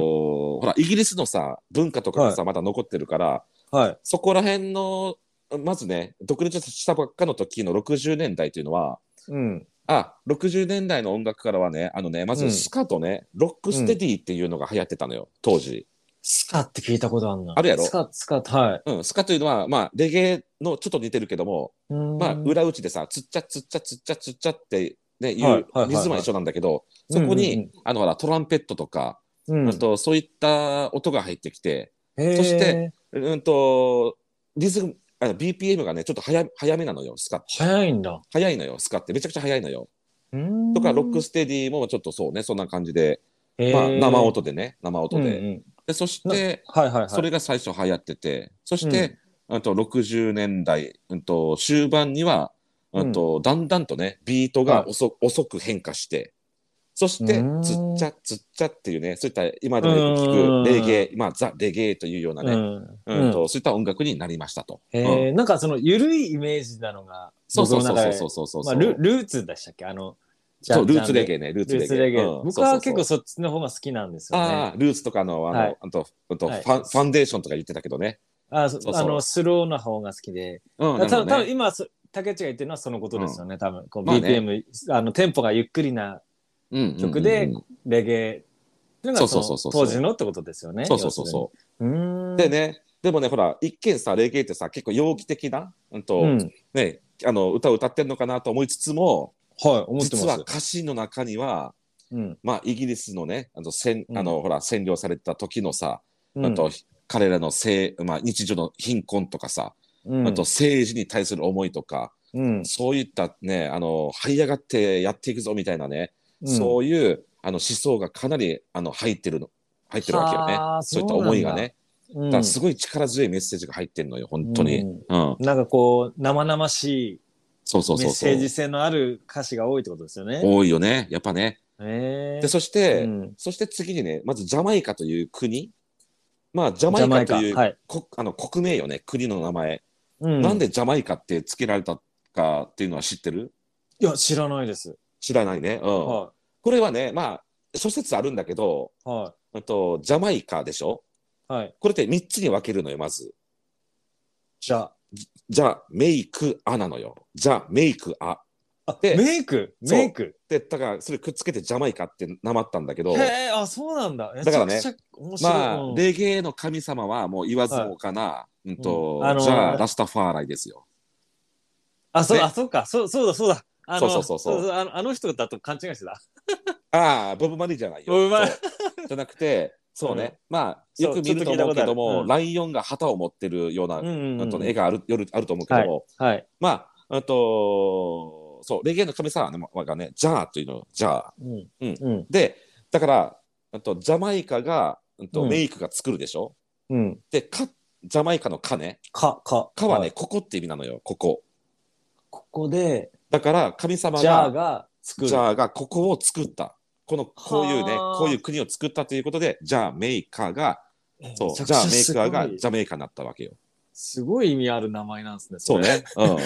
Speaker 2: ほら、イギリスのさ、文化とかがさ、まだ残ってるから、
Speaker 1: はい。
Speaker 2: そこら辺の、まずね、独立したばっかの時の60年代というのは、
Speaker 1: うん。
Speaker 2: あ、60年代の音楽からはね、あのね、ま
Speaker 1: う
Speaker 2: ず
Speaker 1: ん
Speaker 2: スカとね、ロックステディっていうのが流行ってたのよ、当時。
Speaker 1: スカって聞いたことあるな。
Speaker 2: あるやろ
Speaker 1: スカ、スカ、はい。
Speaker 2: うん、スカというのは、まあ、レゲエのちょっと似てるけども、
Speaker 1: ま
Speaker 2: まあ、裏打ちでさ、つっちゃつっちゃつっちゃつっちゃって、ね、い
Speaker 1: はいはいうはいはい
Speaker 2: 水は一緒なんだけど、そこ
Speaker 1: うんうん
Speaker 2: に、あの、ほら、トランペットとか、
Speaker 1: うん
Speaker 2: あとそういった音が入ってきて、
Speaker 1: そ
Speaker 2: して、うんと、リズム、あ BPM がね、ちょっと早早めなのよ、スカって。
Speaker 1: 早いんだ。
Speaker 2: 早いのよ、スカって。めちゃくちゃ早いのよ。
Speaker 1: うん
Speaker 2: とか、ロックステディもちょっとそうね、そんな感じで、
Speaker 1: へー
Speaker 2: まあ、生音でね、生音で。
Speaker 1: うんうん
Speaker 2: でそして、
Speaker 1: はいはいはい。
Speaker 2: それが最初流行ってて、そして、うん、と60年代、うん、と終盤には、うんとだんだんとねビートが遅,、遅く変化してそして
Speaker 1: うーん
Speaker 2: つっちゃつっちゃっていうねそういった今でもよく聞くレゲエ、まあ、ザ・レゲエというようなね、うん
Speaker 1: うん
Speaker 2: とそういった音楽になりましたと。うん
Speaker 1: へーなんかその緩いイメージなのが
Speaker 2: そうそうそう
Speaker 1: 僕の中で
Speaker 2: そうそうそう
Speaker 1: ま
Speaker 2: そ
Speaker 1: あ
Speaker 2: う、
Speaker 1: ルルーツでしたっけあのジャ
Speaker 2: そうルーツ
Speaker 1: ジャ
Speaker 2: レ
Speaker 1: ン
Speaker 2: ゲエねルーツ
Speaker 1: ル
Speaker 2: レ
Speaker 1: ーツ
Speaker 2: ゲ
Speaker 1: レ
Speaker 2: エ
Speaker 1: ゲエ、
Speaker 2: うん
Speaker 1: 僕
Speaker 2: そうそうそ
Speaker 1: は
Speaker 2: う
Speaker 1: 結構そっちの方が好きなんですよね
Speaker 2: ああルーツとかあのあの、
Speaker 1: はい
Speaker 2: あとあとフ
Speaker 1: はい
Speaker 2: ァン、ファンデーションとか言ってたけどね。
Speaker 1: あそ
Speaker 2: そうそう
Speaker 1: あのスローな方が好きで、
Speaker 2: う
Speaker 1: 多
Speaker 2: ん、
Speaker 1: 分多
Speaker 2: なるほど
Speaker 1: 分
Speaker 2: ね
Speaker 1: 今そ竹内が言ってるのはそのことですよね、多分こう
Speaker 2: まあね
Speaker 1: BPM、あのテンポがゆっくりな
Speaker 2: うんうんうんうん
Speaker 1: 曲でレゲエっていうのが
Speaker 2: そ
Speaker 1: そ
Speaker 2: うそう
Speaker 1: の
Speaker 2: そうそ
Speaker 1: 当
Speaker 2: う
Speaker 1: 時のってことですよね
Speaker 2: そうそうそうそう。
Speaker 1: うーん
Speaker 2: でね、でもね、ほら、一見さ、レゲエってさ、結構陽気的な、うんと、
Speaker 1: うん
Speaker 2: ね、あの、歌を歌ってんのかなと思いつつも、
Speaker 1: はい思って
Speaker 2: 実
Speaker 1: ま
Speaker 2: は
Speaker 1: す
Speaker 2: 歌詞の中には、
Speaker 1: うん
Speaker 2: まあ、イギリスのね、あの、せん
Speaker 1: うん
Speaker 2: あのほら、占領された時のさ、
Speaker 1: うん
Speaker 2: あと、彼らのせい、まあ、日常の貧困とかさ、
Speaker 1: うん
Speaker 2: あと、政治に対する思いとか、
Speaker 1: うん
Speaker 2: そういったね、あの、這い上がってやっていくぞみたいなね、
Speaker 1: うん
Speaker 2: そういう、あの、思想がかなり、あの、入ってるの、入ってるわけよね
Speaker 1: は。あ
Speaker 2: そういった思いがね。
Speaker 1: う
Speaker 2: だ
Speaker 1: ん
Speaker 2: からすごい力強いメッセージが入ってるのよ、本当に。
Speaker 1: う
Speaker 2: うんん。
Speaker 1: なんかこう生々しい
Speaker 2: そうそう
Speaker 1: メ
Speaker 2: そ
Speaker 1: ッ
Speaker 2: うそ
Speaker 1: セー
Speaker 2: う
Speaker 1: ジ。性のある歌詞が多いってことですよね。
Speaker 2: 多いよね、やっぱね。
Speaker 1: へー
Speaker 2: で、そして、
Speaker 1: うん
Speaker 2: そして次にね、まずジャマイカという国。まあ、ジャ
Speaker 1: ジャ
Speaker 2: マ
Speaker 1: マ
Speaker 2: イ
Speaker 1: イ
Speaker 2: カ
Speaker 1: カ
Speaker 2: という、
Speaker 1: はい
Speaker 2: こあの国名よね、国の名前、
Speaker 1: うん
Speaker 2: なんでジャマイカって付けられたかっていうのは知ってる
Speaker 1: いや知らないです。
Speaker 2: 知らないね。うん。
Speaker 1: は
Speaker 2: これはね、まあ、諸説あるんだけど、
Speaker 1: いは
Speaker 2: うんとジャマイカでしょ
Speaker 1: いはい。
Speaker 2: これって3つに分けるのよ、まず。
Speaker 1: じゃあ
Speaker 2: ジャメイクアなのよ。ジャメイクア。
Speaker 1: あ
Speaker 2: で
Speaker 1: メイク
Speaker 2: そう
Speaker 1: メイク
Speaker 2: で、だからそれくっつけてジャマイカってなまったんだけど。
Speaker 1: へえあそうなんだ。め
Speaker 2: だからね
Speaker 1: めちゃくちゃ面白い。
Speaker 2: ま
Speaker 1: う
Speaker 2: あ、
Speaker 1: ん
Speaker 2: レゲエの神様はもう言わずもがな、うんと
Speaker 1: うんあのー
Speaker 2: じゃあラスタファーライですよ。
Speaker 1: あそう
Speaker 2: ね
Speaker 1: あそうかそうそうだそうだ。あの
Speaker 2: そうそうそうそう
Speaker 1: あのあの人だと勘違いしてた。
Speaker 2: ああ、ボブ・マリーじゃないよ。
Speaker 1: ボブマリー
Speaker 2: そうじゃなくて、そうね、
Speaker 1: うん
Speaker 2: まあ、
Speaker 1: そう
Speaker 2: よく見ると
Speaker 1: ちょっと聞いたこ
Speaker 2: 思う
Speaker 1: と
Speaker 2: け
Speaker 1: ある
Speaker 2: ども、
Speaker 1: うん
Speaker 2: ライオンが旗を持ってるような、
Speaker 1: うんうん
Speaker 2: あと
Speaker 1: うん
Speaker 2: ね絵がある夜あると思うけども、
Speaker 1: はい。
Speaker 2: まあ、あと、そう、レゲエの神様はね、まがね、ジャーというの、ジャー。
Speaker 1: うん
Speaker 2: うん
Speaker 1: うん
Speaker 2: で、だから、あとジャマイカが、うんと
Speaker 1: うん
Speaker 2: メイクが作るでしょ。
Speaker 1: うん
Speaker 2: で、か、ジャマイカのカね、
Speaker 1: かか
Speaker 2: カはね、
Speaker 1: い
Speaker 2: ここって意味なのよ、ここ。
Speaker 1: ここで
Speaker 2: だから、神様
Speaker 1: ジャ
Speaker 2: が
Speaker 1: ー、が作る。
Speaker 2: ジャーがここを作った。このこういうね、
Speaker 1: はあ
Speaker 2: こういう国を作ったということで、ジャーメイカーが、そ
Speaker 1: め
Speaker 2: う、
Speaker 1: ち
Speaker 2: ジ
Speaker 1: ゃ
Speaker 2: ャ
Speaker 1: くちゃ
Speaker 2: ーメイカー
Speaker 1: す
Speaker 2: が
Speaker 1: ごい
Speaker 2: ジャメイカになったわけよ。
Speaker 1: すごい意味ある名前なんですね。
Speaker 2: そう
Speaker 1: れ。
Speaker 2: ね。 うん。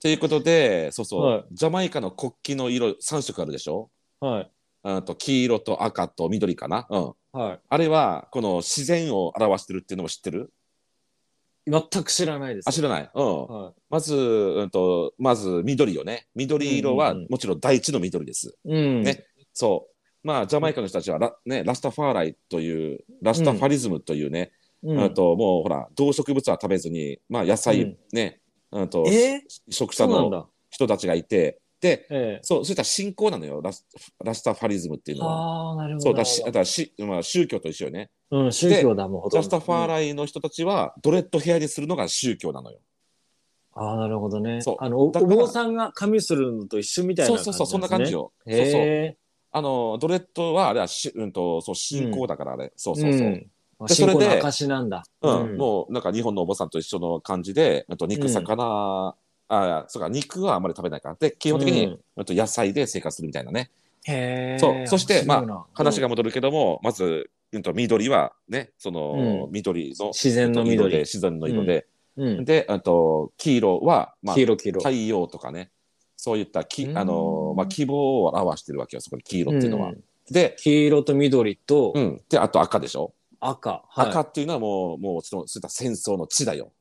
Speaker 2: ということで、そうそう、
Speaker 1: はい
Speaker 2: ジャマイカの国旗の色3色あるでしょ
Speaker 1: はい。
Speaker 2: うんと黄色と赤と緑かな。うん。
Speaker 1: はい。
Speaker 2: あれは、この自然を表してるっていうのも知ってる
Speaker 1: 全く知らないです。
Speaker 2: あ、知らない。うん。
Speaker 1: は
Speaker 2: まず、うんと、まず緑よね。緑色は
Speaker 1: うんうんうん
Speaker 2: もちろん大地の緑です。
Speaker 1: い。うん。
Speaker 2: ねそう。まあ、ジャマイカの人たちはラ,、ね、ラスタファーライという、ラスタファリズムというね、
Speaker 1: うん
Speaker 2: あともうほら、動植物は食べずに、まあ、野菜ね、うん、と
Speaker 1: え
Speaker 2: 移植
Speaker 1: そ
Speaker 2: 者
Speaker 1: うなん
Speaker 2: の
Speaker 1: だ。
Speaker 2: 人たちがいて、で、
Speaker 1: ええ。
Speaker 2: そう、そういった信仰なのよ、ラスラスタファリズムっていうのは。
Speaker 1: ああ、なるほど。
Speaker 2: そうだし、だからし、まあ、宗教と一緒よね。
Speaker 1: うん、宗教だもん、ほとん
Speaker 2: ラ
Speaker 1: ど。
Speaker 2: スタファー
Speaker 1: イ。
Speaker 2: ライの人たちは、ドレッドヘアにするのが宗教なのよ。
Speaker 1: ああ、なるほどね。
Speaker 2: そう
Speaker 1: あの、おお
Speaker 2: だから
Speaker 1: 坊さんが髪するのと一緒みたい
Speaker 2: そ
Speaker 1: な
Speaker 2: う
Speaker 1: 感じ。
Speaker 2: そうそう、そんな感じ。よ。そうそう。
Speaker 1: へえ。
Speaker 2: あの、ドレッドは、あれはし、うんと、そう、信仰だから、あれ。そうそうそう。
Speaker 1: ん。まあ
Speaker 2: でそ
Speaker 1: 信
Speaker 2: れで
Speaker 1: 仰の証なんだ。
Speaker 2: うん、もうなんか日本のおばさんと一緒の感じで、あと肉、
Speaker 1: うん
Speaker 2: 魚、あそうか、肉はあんまり食べないから。で、基本的
Speaker 1: う
Speaker 2: に
Speaker 1: ん、
Speaker 2: あと野菜で生活するみたいなね。
Speaker 1: へえ。
Speaker 2: そうそして
Speaker 1: 面白いな
Speaker 2: 話が戻るけども、まず、うんと、緑はね、その、
Speaker 1: う
Speaker 2: 緑の、
Speaker 1: 自然の
Speaker 2: 色で、
Speaker 1: 緑。
Speaker 2: 自然の色で。
Speaker 1: うん。
Speaker 2: で、あと、黄色は、まあ
Speaker 1: 黄、色黄色。
Speaker 2: 太陽とかね、そういったき、
Speaker 1: うん
Speaker 2: あの、まあ、希望を表してるわけよ、そこに黄色っていうのは。
Speaker 1: うん
Speaker 2: で、
Speaker 1: 黄色と緑と
Speaker 2: うん。で、あと赤でしょ、
Speaker 1: 赤。はい
Speaker 2: 赤。っていうのはもう、もう、そのそういった戦争の地だよ。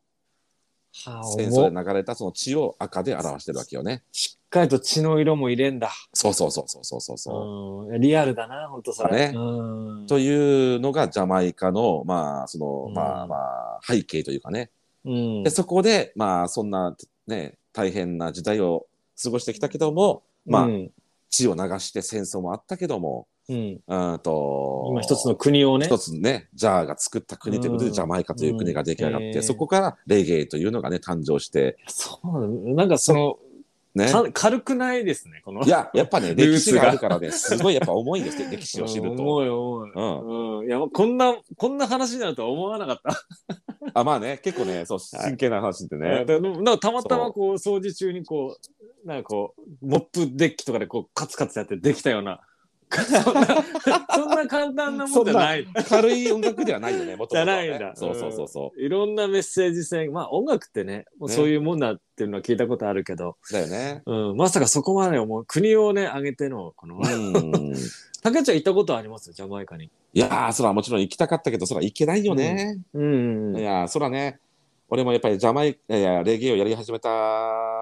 Speaker 1: はあ
Speaker 2: 戦
Speaker 1: 重
Speaker 2: 争
Speaker 1: っ
Speaker 2: で流れたその血を赤で表してるわけよね。
Speaker 1: しっかりと血の色も入れんだ。
Speaker 2: そうそうそうそうそうそうそう。
Speaker 1: うん、リアルだな、本当それ。
Speaker 2: だね
Speaker 1: うん
Speaker 2: というのがジャマイカのまあその、
Speaker 1: うん
Speaker 2: まあまあ背景というかね。
Speaker 1: うん
Speaker 2: でそこでまあそんなね大変な時代を過ごしてきたけども、まあ、
Speaker 1: うん
Speaker 2: 血を流して戦争もあったけども、
Speaker 1: うん、
Speaker 2: うんと
Speaker 1: 今一つの国をね
Speaker 2: 一つね、ジャーが作った国ということ
Speaker 1: う
Speaker 2: で、
Speaker 1: ん
Speaker 2: ジャマイカという国が出来上がっ
Speaker 1: うん
Speaker 2: て、
Speaker 1: へー
Speaker 2: そこからレゲエというのがね、誕生して、
Speaker 1: そうなんかその
Speaker 2: ね。
Speaker 1: か軽くないですねこの
Speaker 2: いや、やっぱ
Speaker 1: ル
Speaker 2: ね、
Speaker 1: ーツが
Speaker 2: 歴史があるからね、すごいやっぱ重いです ね、歴史を知る
Speaker 1: うん
Speaker 2: と。
Speaker 1: 思うよ思うよ
Speaker 2: うん。
Speaker 1: うん、いやこんなこんな話になるとは思わなかった
Speaker 2: あ、まあね、結構ね、そう、
Speaker 1: はい
Speaker 2: 真剣な話で
Speaker 1: だ
Speaker 2: ね。
Speaker 1: からなんかたまたまこう掃除中にこうなんかこうモップデッキとかでこうカツカツやってできたような そんなそんな簡単なもんじゃない
Speaker 2: 軽い音楽ではないよね、もともとはね。
Speaker 1: じゃないんだ
Speaker 2: そうそうそうそ
Speaker 1: いろんなメッセージ性まあ音楽ってねもうそういうもんだっていうのは聞いたことあるけど、
Speaker 2: う。だよね。
Speaker 1: うん、まさかそこまで思う国をね上げてのこの
Speaker 2: うん。い
Speaker 1: たけちゃん行ったことありますジャマイカに
Speaker 2: やー、そらもちろん行きたかったけど、そら行けないよね。
Speaker 1: うん
Speaker 2: い
Speaker 1: うん
Speaker 2: やー、そらね、俺もやっぱりジャマイカ、いや、レゲエをやり始めた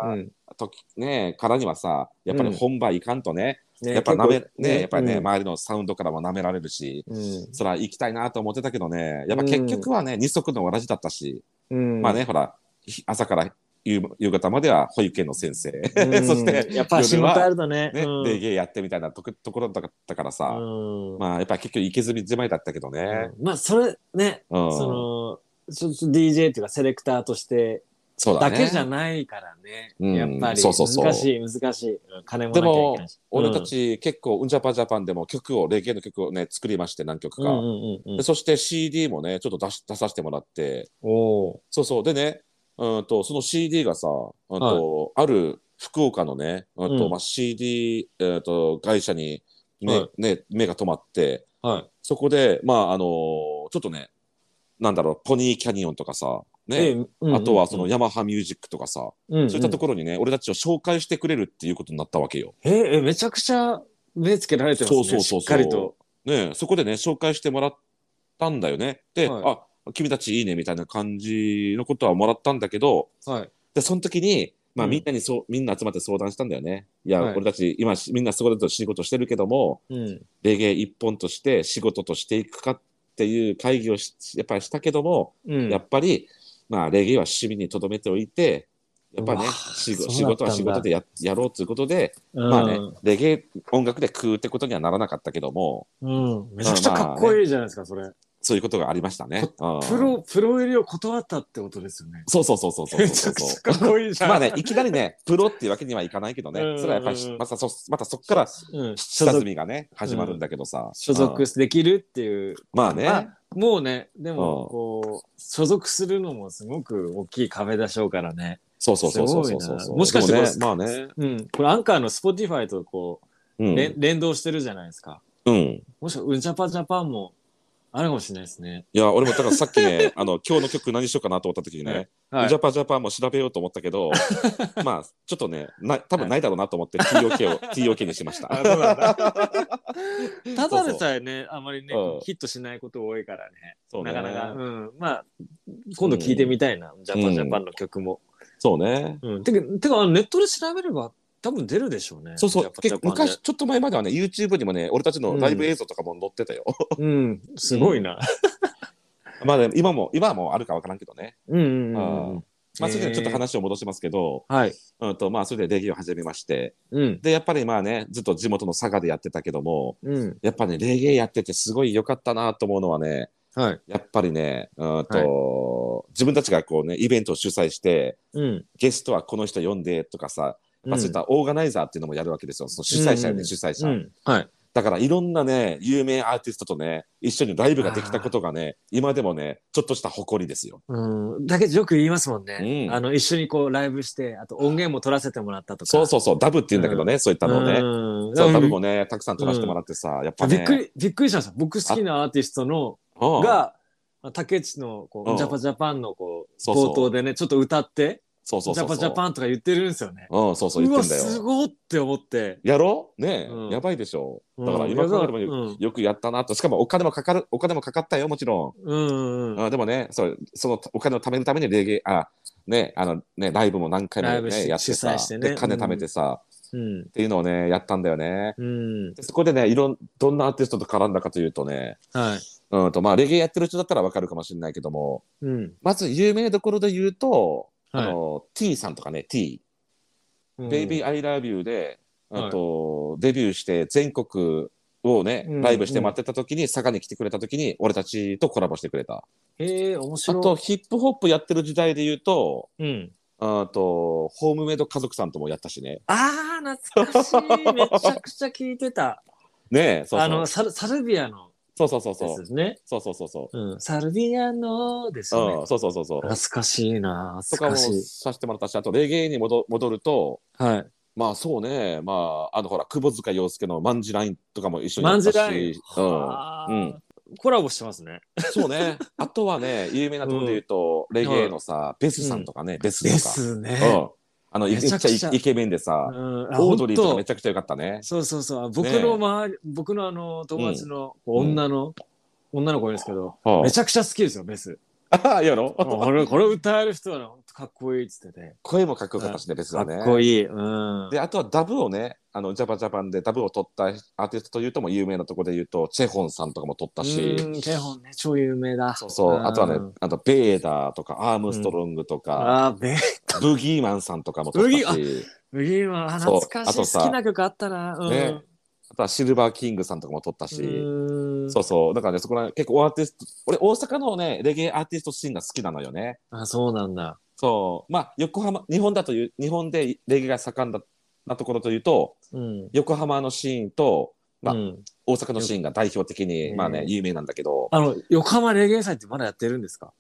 Speaker 1: うん
Speaker 2: 時ね、からにはさ、やっぱり本場行かんとね、
Speaker 1: ね
Speaker 2: やっぱなめ、ね
Speaker 1: 結構
Speaker 2: やっぱりね、
Speaker 1: うん
Speaker 2: 周りのサウンドからも舐められるし、
Speaker 1: うん
Speaker 2: そら行きたいなと思ってたけどね、やっぱ結局はね、二足のわらじだったし、
Speaker 1: うん
Speaker 2: まあね、ほら、ひ朝から夕夕方までは保育園の 先生、
Speaker 1: うん
Speaker 2: そして
Speaker 1: やっぱ仕
Speaker 2: 夜は
Speaker 1: 事あるとね
Speaker 2: ね、
Speaker 1: うん
Speaker 2: レゲエやってみたいなとこところだったからさ、
Speaker 1: うん
Speaker 2: まあやっぱ結局行けずにじまいだったけどね。
Speaker 1: まあそれね、
Speaker 2: うん。
Speaker 1: そのちょっと DJ っていうかセレクターとして
Speaker 2: そうだ
Speaker 1: だ
Speaker 2: ね。
Speaker 1: けじゃないからね
Speaker 2: うん
Speaker 1: やっぱり
Speaker 2: そうそうそう
Speaker 1: 難しい難しいうん金もなきゃいけないし
Speaker 2: 俺たち結構、うん、ジャパジャパンでも曲を、レゲエの曲をね、作りまして、何曲
Speaker 1: うん
Speaker 2: か。
Speaker 1: うんうんうん
Speaker 2: でそして CD もね、ちょっと出し出させてもらって、
Speaker 1: おー
Speaker 2: そうそう。でね、うんと、その CD がさ、うんとある福岡のね、うんと
Speaker 1: うん
Speaker 2: まあ、CD、えー、と会社に目,、
Speaker 1: は
Speaker 2: ね、目が止まって、
Speaker 1: はい
Speaker 2: そこで、まあ、あのちょっとね、なんだろう、ポニーキャニオンとかさ、
Speaker 1: で
Speaker 2: ね、
Speaker 1: うんうん
Speaker 2: あとはそのヤマハミュージックとかさ、
Speaker 1: うんうん
Speaker 2: そういったところにね、俺たちを紹介してくれるっていうことになったわけよ。
Speaker 1: えーえめちゃくちゃ目つけられてます
Speaker 2: そう
Speaker 1: ね
Speaker 2: そうそうそう
Speaker 1: しっかりと
Speaker 2: ね、そこでね、紹介してもらったんだよね。で、
Speaker 1: はい
Speaker 2: あ、君たちいいねみたいな感じのことはもらったんだけど、
Speaker 1: はい
Speaker 2: で、その時に、まあ、
Speaker 1: うん
Speaker 2: みんなにそう、みんな集まって相談したんだよね。いや、
Speaker 1: はい
Speaker 2: 俺たち、今し、みんなそこでと仕事してるけども、
Speaker 1: うん
Speaker 2: レゲエ一本として仕事としていくかっていう会議をし、やっぱりしたけども、
Speaker 1: うん
Speaker 2: やっぱり、まあ、レゲエは趣味にとどめておいて、やっぱ
Speaker 1: う
Speaker 2: ね
Speaker 1: わ、
Speaker 2: 仕事
Speaker 1: そう
Speaker 2: 仕
Speaker 1: だった
Speaker 2: 事
Speaker 1: ん
Speaker 2: は
Speaker 1: だ
Speaker 2: 仕事でややろうということで、
Speaker 1: うん
Speaker 2: まあね、レゲエ音楽で食うってことにはならなかったけども、
Speaker 1: うんめちゃくちゃかっこいいじゃないですかそれ
Speaker 2: そういうことがありましたね。うん
Speaker 1: プロプロ入りを断ったってことですよね
Speaker 2: そうそうそうそうそう
Speaker 1: め
Speaker 2: そ
Speaker 1: ち
Speaker 2: う
Speaker 1: ゃく
Speaker 2: そう
Speaker 1: ちゃかっこい いじゃん
Speaker 2: まあね、いきなりね、プロっていうわけにはいかないけどね
Speaker 1: うんうんう、ん
Speaker 2: それはやっぱりし、またそ、またそこから
Speaker 1: うん所
Speaker 2: 下積
Speaker 1: 属
Speaker 2: みがね、始まるんだけどさ。
Speaker 1: 所
Speaker 2: うん
Speaker 1: 属できるっていう
Speaker 2: まあね、
Speaker 1: まあもうねで
Speaker 2: うん
Speaker 1: もこう所属するのもすごく大きい壁でしょうからね
Speaker 2: そうそうそうそうそうそう
Speaker 1: すごいなもしかして
Speaker 2: で
Speaker 1: こ
Speaker 2: ね
Speaker 1: れ、
Speaker 2: まあね、
Speaker 1: うんこれアンカーの Spotify とこ
Speaker 2: う
Speaker 1: う、
Speaker 2: ん
Speaker 1: れん、連動してるじゃないですか
Speaker 2: うん。い
Speaker 1: もしかウンジャパジャパンもあるかもしれないですね
Speaker 2: や、俺もだからさっきね、 あの、今日の曲何しようかなと思った時にね、
Speaker 1: はい
Speaker 2: ジャパジャパンも調べようと思った けど、まあ、ちょっとね、な多分ないだろうなと思って TOK を、TOK にしました。
Speaker 1: あそうなんだただ
Speaker 2: そう
Speaker 1: で
Speaker 2: そう
Speaker 1: さえねあまりね
Speaker 2: うん
Speaker 1: ヒットしないこと多いからね
Speaker 2: そうね
Speaker 1: なかなか、うん、まあ今度聞いてみたいな、ジャパジャパンの曲も、
Speaker 2: そうね。
Speaker 1: うん、てかてかあのネットで調べれば多分出るでしょうね
Speaker 2: そうそう、結構昔、
Speaker 1: 昔、
Speaker 2: ちょっと前まではね、YouTube にもね、俺たちのライブ映像とかも載って たよ。
Speaker 1: うん、すごいな、
Speaker 2: まあね、今も、今はもうあるかわからんけどね。
Speaker 1: うんうんう
Speaker 2: うん
Speaker 1: んうん
Speaker 2: まあ、それでちょっと話を戻しますけど、
Speaker 1: はい
Speaker 2: うんとまあ、それでレゲエを始めまして、
Speaker 1: うん
Speaker 2: で、やっぱりまあね、ずっと地元の佐賀でやってたけども、
Speaker 1: うん
Speaker 2: やっぱね、レゲエやっててすごい良かったなと思うのはね、
Speaker 1: はい
Speaker 2: やっぱりね、うんと、自分たちがこうね、イベントを主催して、
Speaker 1: うん
Speaker 2: ゲストはこの人呼んでとかさ、まあ、そういったオーガナイザーっていうのもやるわけですよ。その主催者よ
Speaker 1: う
Speaker 2: ね、
Speaker 1: ん
Speaker 2: 主催者、
Speaker 1: うんはい
Speaker 2: だからいろんなね、有名アーティストとね、一緒にライブができたことがね、今でもね、ちょっとした誇りですよ。
Speaker 1: うんだけどよく言いますもんね、
Speaker 2: うん
Speaker 1: あの一緒にこうライブしてあと音源も取らせてもらったとか
Speaker 2: そうそうそう、ダブって言うんだけどね、そういったのをね。
Speaker 1: うん
Speaker 2: そ
Speaker 1: だ
Speaker 2: う、
Speaker 1: か
Speaker 2: ダ
Speaker 1: ら
Speaker 2: ブもね、たくさん撮らせてもらってさ、やっぱね。
Speaker 1: びっくりびっくりしました僕好きなアーティストの
Speaker 2: うん
Speaker 1: が竹内のこ
Speaker 2: うん
Speaker 1: うジャパジャパンのこう
Speaker 2: そうそう
Speaker 1: 冒頭でねちょっと歌って
Speaker 2: そうそう
Speaker 1: ジ
Speaker 2: そ
Speaker 1: ャ
Speaker 2: う
Speaker 1: パ
Speaker 2: そう。
Speaker 1: ジャパンとか言ってるんですよね
Speaker 2: うん、そうそう、言
Speaker 1: う
Speaker 2: っ
Speaker 1: わ
Speaker 2: てんだ
Speaker 1: す
Speaker 2: よ。
Speaker 1: ごっって思って
Speaker 2: やろねえ、
Speaker 1: うん
Speaker 2: やばいでしょ。
Speaker 1: うん
Speaker 2: だから今考えてもよ,、
Speaker 1: うん
Speaker 2: くやったなと。しかもお金もかかる、お金もかかったよ、もちろ
Speaker 1: うんうん
Speaker 2: ん。
Speaker 1: うん
Speaker 2: うん、でもね、そう、そのお金を貯めるためにレゲエ、あ、ね、あの、ね、ライブも何回
Speaker 1: ラ
Speaker 2: も
Speaker 1: イブ
Speaker 2: ね、
Speaker 1: し
Speaker 2: やって
Speaker 1: 主
Speaker 2: さ
Speaker 1: 催してね
Speaker 2: で、金貯めてさ、
Speaker 1: うん
Speaker 2: っていうのをね、やったんだよね。
Speaker 1: うん
Speaker 2: でそこでね、いろん、どんなアーティストと絡んだかというとね、
Speaker 1: はい
Speaker 2: うんと、まあ、レゲエやってる人だったらわかるかもしれないけども、
Speaker 1: うん
Speaker 2: まず有名どころで言うと、
Speaker 1: はい
Speaker 2: あの、T さんとかね、T。
Speaker 1: うん
Speaker 2: Baby I Love You で、
Speaker 1: はい
Speaker 2: あと、デビューして全国をね
Speaker 1: うん、
Speaker 2: ライブして待ってた時に、佐賀に来てくれた時に、俺たちとコラボしてくれた。
Speaker 1: へえ、面
Speaker 2: あ
Speaker 1: 白い。
Speaker 2: と、ヒップホップやってる時代で言うと、
Speaker 1: うん。
Speaker 2: あと、ホームメイド家族さんともやったしね。
Speaker 1: ああ、懐かしい。めちゃくちゃ聞いてた。
Speaker 2: ねえ、そう
Speaker 1: あ
Speaker 2: そう
Speaker 1: の、サルサルビアの
Speaker 2: そうそうそうそ
Speaker 1: で
Speaker 2: う
Speaker 1: す。ね。
Speaker 2: そうそうそうそう。
Speaker 1: うん。サルビアのですよ
Speaker 2: うん、
Speaker 1: ね。
Speaker 2: そうそうそうそう。
Speaker 1: 懐かしいな。
Speaker 2: と
Speaker 1: 懐
Speaker 2: かも
Speaker 1: かしい。
Speaker 2: させてもらったし、あとレゲエに戻戻ると、
Speaker 1: はい。
Speaker 2: まあそうね、まあ、あのほら、窪塚洋介のマンジラインとかも一緒にや
Speaker 1: マン
Speaker 2: った
Speaker 1: ジ
Speaker 2: し、
Speaker 1: ライン。
Speaker 2: うん、
Speaker 1: は
Speaker 2: う
Speaker 1: ーコラボしてますね。
Speaker 2: そうね、あとはね、有名なところで言うと、レゲエのさ、ベスさんとかね、ベス
Speaker 1: で
Speaker 2: とか、
Speaker 1: すね。
Speaker 2: うん、あのめ
Speaker 1: め
Speaker 2: っち
Speaker 1: ち
Speaker 2: ゃ
Speaker 1: ゃくちゃ
Speaker 2: イケメンでさ、
Speaker 1: うんあ
Speaker 2: オードリーとか
Speaker 1: 本当
Speaker 2: めちゃくちゃよかったね。
Speaker 1: そうそうそう。僕
Speaker 2: ねえ
Speaker 1: の周り、僕のあの、友達のこう
Speaker 2: うん
Speaker 1: 女の、女の子いるんですけど、
Speaker 2: は
Speaker 1: めちゃくちゃ好きですよ、ベス。
Speaker 2: あ、やろ
Speaker 1: もうこれ、こ れ歌える人はねほんとかっこいいっつってて。
Speaker 2: 声もかっこよかったしね、ベス
Speaker 1: か
Speaker 2: はね。
Speaker 1: っこいい。うん。
Speaker 2: であとはダブをねあのジャパジャパンでダブを取ったアーティストというとも有名なところで言うとチェホンさんとかも取ったし
Speaker 1: うん、手本ね、超有名だ。
Speaker 2: そうそうあとは
Speaker 1: うん
Speaker 2: ねあとベーダーとかアームストロングとか、
Speaker 1: あー、べ、
Speaker 2: ブギーマンさんとかも取った
Speaker 1: ブ
Speaker 2: し
Speaker 1: ブギーマン、あ
Speaker 2: そう
Speaker 1: 懐か
Speaker 2: あ
Speaker 1: しい。
Speaker 2: とさ
Speaker 1: 好きな曲あったな。うん。
Speaker 2: ねあとはシルバーキングさんとかも取ったし、
Speaker 1: うん
Speaker 2: そうそうだからねそこら結構アーティスト俺大阪のねレゲエアーティストシーンが好きなのよね
Speaker 1: あ、そうなんだ。
Speaker 2: そうまあ横浜日本だという日本でレゲエが盛んだなところというと
Speaker 1: うん。
Speaker 2: 横浜のシーンとまあ
Speaker 1: うん
Speaker 2: 大阪のシーンが代表的に、
Speaker 1: うん
Speaker 2: まあね有名なんだけど、
Speaker 1: あの、横浜レゲエ祭ってまだやってるんですか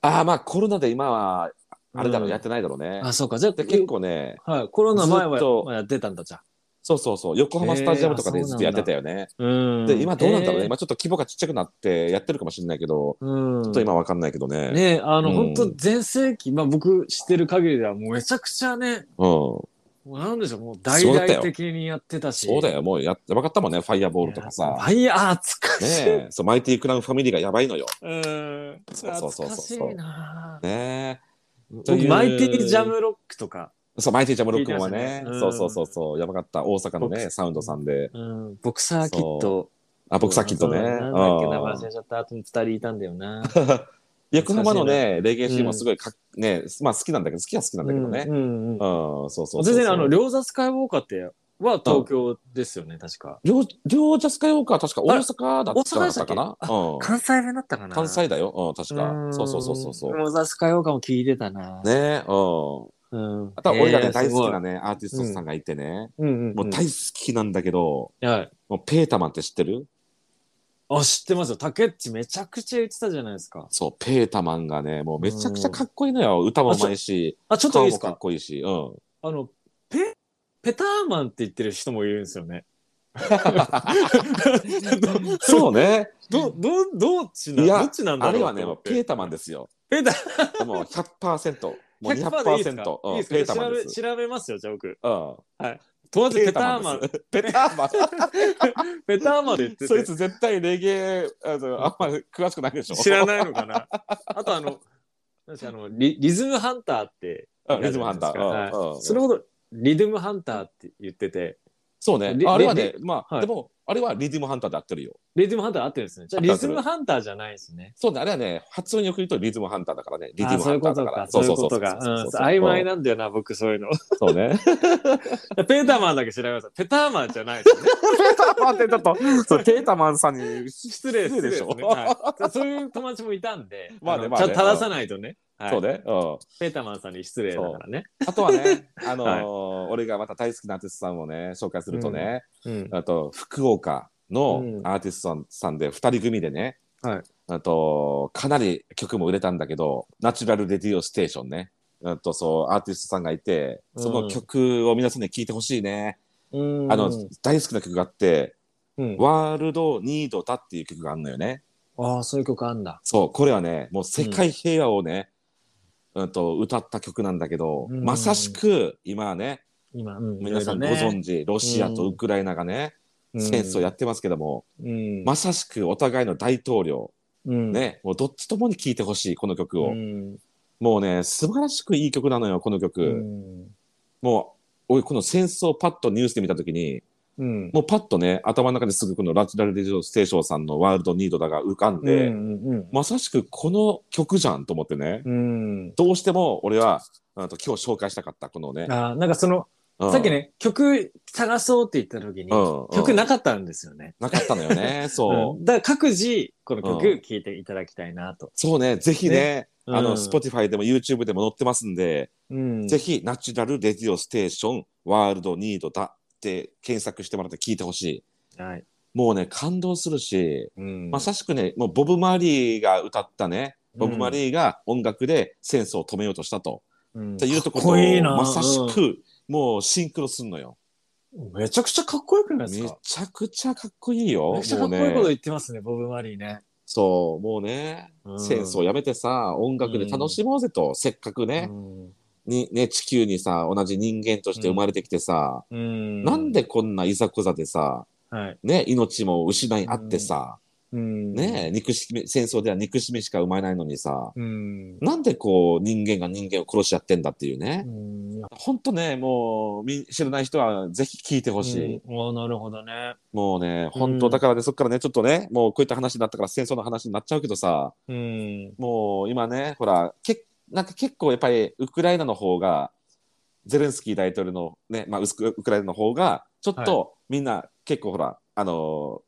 Speaker 2: ああまあコロナで今はあれだろう、
Speaker 1: うん
Speaker 2: やってないだろうね。
Speaker 1: あ、そうか。じゃあ、
Speaker 2: で結構ね
Speaker 1: はい、コロナ前
Speaker 2: ずっと
Speaker 1: はまあやってたんだじゃん。
Speaker 2: そうそうそう横浜スタジアムとか
Speaker 1: へ
Speaker 2: で
Speaker 1: ーあ
Speaker 2: ずっとやってたよね。
Speaker 1: うん
Speaker 2: で今どうなんだろうね、
Speaker 1: えー
Speaker 2: 今ちょっと規模がちっちゃくなってやってるかもしれないけど、
Speaker 1: うん、
Speaker 2: ちょっと今わかんないけどね。
Speaker 1: ねあの、
Speaker 2: うん
Speaker 1: 本当全盛期、まあ僕知ってる限りではもうめちゃくちゃね、
Speaker 2: うん、
Speaker 1: もうなんでしょう、もう大
Speaker 2: そうだったよ
Speaker 1: 々的にやってたし。
Speaker 2: そうだよもうやって分かったもんねファイアボールと
Speaker 1: い
Speaker 2: か
Speaker 1: や
Speaker 2: さ。
Speaker 1: ファイヤー、あ懐かしい。
Speaker 2: ねえそうマイティクラウンファミリーがやばいのよ。
Speaker 1: うん。
Speaker 2: そうそうそうそう
Speaker 1: 懐かしいな
Speaker 2: ねとい
Speaker 1: 僕
Speaker 2: う
Speaker 1: マイティジャムロックとか、
Speaker 2: えそうマイティジャムロックンはね
Speaker 1: 聞いてましたねうん
Speaker 2: そうそうそうそうやばかった大阪のね
Speaker 1: 僕
Speaker 2: サウンドさんで
Speaker 1: うん、ボクサーキット。
Speaker 2: あ僕さっきとね。
Speaker 1: そうなんだっけ、
Speaker 2: うん
Speaker 1: 名前忘れちゃった。あと二人いたんだよな。
Speaker 2: 横浜のね、レゲエシーもすごいかっ、ね、まあ好きなんだけど、好きは好きなんだけどね。
Speaker 1: うんうんうん
Speaker 2: うん、そうそうそうそ
Speaker 1: 全
Speaker 2: う。
Speaker 1: 然、あの、両座スカイウォーカーっては東京ですよね、確か。
Speaker 2: 両、両ジャスカイウォーカーは確か大阪だったじゃなかったか
Speaker 1: あ
Speaker 2: な。うん。
Speaker 1: 関西弁だったかな
Speaker 2: 関西だよ。うん、確
Speaker 1: う
Speaker 2: か。
Speaker 1: ん
Speaker 2: そうそうそうそうそう。ね
Speaker 1: モザスカイウォーカーも聞いてたな。。
Speaker 2: え、うん。
Speaker 1: うん。
Speaker 2: あとは俺がね、
Speaker 1: えー
Speaker 2: 大好きな。
Speaker 1: す
Speaker 2: ね、アーティストさんがいてね、
Speaker 1: ごいうんうん。
Speaker 2: もう大好きなんだけど、
Speaker 1: うんはい。
Speaker 2: もうペータマンって知ってる
Speaker 1: あ、知ってますよ。竹内めちゃくちゃ言ってたじゃないですか。
Speaker 2: そう、ペータマンがね、もうめちゃくちゃかっこいいのよ。歌もうまいし、
Speaker 1: あ、ちょっとい
Speaker 2: 顔
Speaker 1: いで
Speaker 2: も
Speaker 1: す
Speaker 2: かっ
Speaker 1: か。
Speaker 2: こいいし、うん。
Speaker 1: あの、ペ、ペターマンって言ってる人もいるんですよね。
Speaker 2: そうね。
Speaker 1: ど、ど、どっちない
Speaker 2: や
Speaker 1: どっちなんだろ
Speaker 2: あ
Speaker 1: う
Speaker 2: れはね、
Speaker 1: と
Speaker 2: も
Speaker 1: 思
Speaker 2: う
Speaker 1: って
Speaker 2: ペータマンですよ。
Speaker 1: ペタ、
Speaker 2: もう100%。もう
Speaker 1: 100%でいいですか
Speaker 2: 200%。
Speaker 1: いい
Speaker 2: うん
Speaker 1: ですか
Speaker 2: ペーターマンで
Speaker 1: 調
Speaker 2: す。
Speaker 1: べ調べますよ、じゃあ僕。
Speaker 2: うん。
Speaker 1: 友達
Speaker 2: ペ
Speaker 1: ペ
Speaker 2: ータ
Speaker 1: タ
Speaker 2: ー
Speaker 1: ー
Speaker 2: マ
Speaker 1: マ
Speaker 2: ン
Speaker 1: ン
Speaker 2: で。す。ペーターマ ン。
Speaker 1: ペターマンで言って
Speaker 2: そい
Speaker 1: て。
Speaker 2: つ絶対レゲエ、あの、あんま詳しくないでし ょ。
Speaker 1: 知らないのかな。 あとあの、なんかあのリリズムハンターって、
Speaker 2: うんリズムハンター。うん
Speaker 1: は
Speaker 2: うん
Speaker 1: い、そのことリズムハンターって言ってて、
Speaker 2: そうね
Speaker 1: リ。
Speaker 2: あれはね、まあ、
Speaker 1: はい
Speaker 2: でも、あれはリズムハンターで合ってるよ。
Speaker 1: リズムハンター合ってるんですね。じゃあ
Speaker 2: 合ってる
Speaker 1: リズムハンターじゃないですね。
Speaker 2: そうね、あれはね、発音よく言うとリズムハンターだからね。リズ
Speaker 1: あ
Speaker 2: ム
Speaker 1: そう
Speaker 2: ハ
Speaker 1: いう
Speaker 2: ンタ
Speaker 1: こ
Speaker 2: ーだ
Speaker 1: と
Speaker 2: か
Speaker 1: か、
Speaker 2: ら。
Speaker 1: そういうことか。うん曖昧。なんだよな、僕そういうの。
Speaker 2: そうね。
Speaker 1: ペーターマンだけ調べました。ペターマンじゃないですね。
Speaker 2: ペーターマンってちょっと、そうペーターマンさんに
Speaker 1: 失礼
Speaker 2: 失礼でしょ
Speaker 1: 失礼ですねはいそういう友達もいたんで、
Speaker 2: まあね
Speaker 1: の
Speaker 2: まあね
Speaker 1: ちゃんと正さないとね。はい
Speaker 2: そうね。うん。
Speaker 1: ペーターマンさんに失礼だからね。
Speaker 2: あとはね、あのー
Speaker 1: は
Speaker 2: 俺がまた大好きなアーティストさんをね、紹介するとね、
Speaker 1: うん
Speaker 2: あと、福岡の
Speaker 1: うん
Speaker 2: アーティストさんで2人組でね、
Speaker 1: はい
Speaker 2: あと、かなり曲も売れたんだけど、ナチュラルレディオステーションね、あとそう、アーティストさんがいて、その曲を皆さんに聴いてほしいね、あの、大好きな曲があって、
Speaker 1: うん
Speaker 2: ワールドニードだっていう曲があるのよね。
Speaker 1: ああ、そういう曲あんだ。
Speaker 2: そう、これはね、もう世界平和をね、うんと歌った曲なんだけど、
Speaker 1: うん
Speaker 2: まさしく今ね、
Speaker 1: 今、うん
Speaker 2: 皆さん
Speaker 1: い
Speaker 2: ご
Speaker 1: ろいろね
Speaker 2: 存知、ロシアとウクライナがね、戦争やってますけども、
Speaker 1: うん
Speaker 2: まさしくお互いの大統領、
Speaker 1: うん
Speaker 2: ね、もうどっちともに聴いてほしい、この曲
Speaker 1: う
Speaker 2: を、
Speaker 1: ん
Speaker 2: もうね、素晴らしくいい曲なのよ、この曲。
Speaker 1: うん
Speaker 2: もう、俺、この戦争をパッとニュースで見たときに、
Speaker 1: うん
Speaker 2: もうパッとね、頭の中ですぐこのラチュラル・デジオ・ステーションさんのワールド・ニードだが浮かんで、
Speaker 1: うん
Speaker 2: まさしくこの曲じゃんと思ってね、
Speaker 1: うんうん
Speaker 2: どうしても俺は、あと今日紹介したかった、このね、
Speaker 1: あーなんかその
Speaker 2: うん
Speaker 1: さっきね、曲探そうって言った時に、
Speaker 2: うん
Speaker 1: 曲なかったんですよね。
Speaker 2: なかったのよ ね。そう。
Speaker 1: うんだから各自、この
Speaker 2: うん
Speaker 1: 曲聴いていただきたいなと。
Speaker 2: そうね、ぜひね、
Speaker 1: うん
Speaker 2: あの、Spotify でも YouTube でも載ってますんで、
Speaker 1: うん
Speaker 2: ぜひ、ナチュラルレディオステーション、ワールドニードだって検索してもらって聞いてほしい。
Speaker 1: はい。
Speaker 2: もうね、感動するし、
Speaker 1: うん
Speaker 2: まさしくね、もうボブ・マリーが歌ったね、ボブ・マリーが音楽で戦争を止めようとしたと。
Speaker 1: うん
Speaker 2: っていうとこ
Speaker 1: かっこいい
Speaker 2: ろ
Speaker 1: な
Speaker 2: をまさしく、もうシンクロすんのよ。
Speaker 1: うんめちゃくちゃかっこよくない
Speaker 2: め
Speaker 1: ですか
Speaker 2: ちゃくちゃかっこいいよ。
Speaker 1: めちゃくちゃかっこいい
Speaker 2: も
Speaker 1: こ
Speaker 2: う
Speaker 1: と
Speaker 2: ね
Speaker 1: 言ってますね、ボブ・マリーね。
Speaker 2: そう、もうね、
Speaker 1: うん
Speaker 2: 戦争やめてさ、音楽で楽しもうぜと、せっかくね,、にね、地球にさ、同じ人間として生まれてきてさ、
Speaker 1: うん
Speaker 2: なん、でこんないざこざでさ、
Speaker 1: はい
Speaker 2: ね、命も失いあってさ、
Speaker 1: うん
Speaker 2: ね、憎しみ、戦争では憎しみしか生まれないのにさ、
Speaker 1: うん
Speaker 2: なんでこう人間が人間を殺し合ってんだっていうね
Speaker 1: う。んいや
Speaker 2: ほんとね、もうみ知らない人はぜひ聞いてほしい。
Speaker 1: うんあなるほどね。
Speaker 2: もうね、本当
Speaker 1: うん
Speaker 2: だからね、そっからね、ちょっとね、もうこういった話になったから戦争の話になっちゃうけどさ、
Speaker 1: うん。
Speaker 2: もう今ね、ほら、けなんか結構やっぱりウクライナの方が、ゼレンスキー大統領のね、まあ、ウスクウクライナの方が、ちょっ
Speaker 1: は
Speaker 2: とみんな結構ほら、あの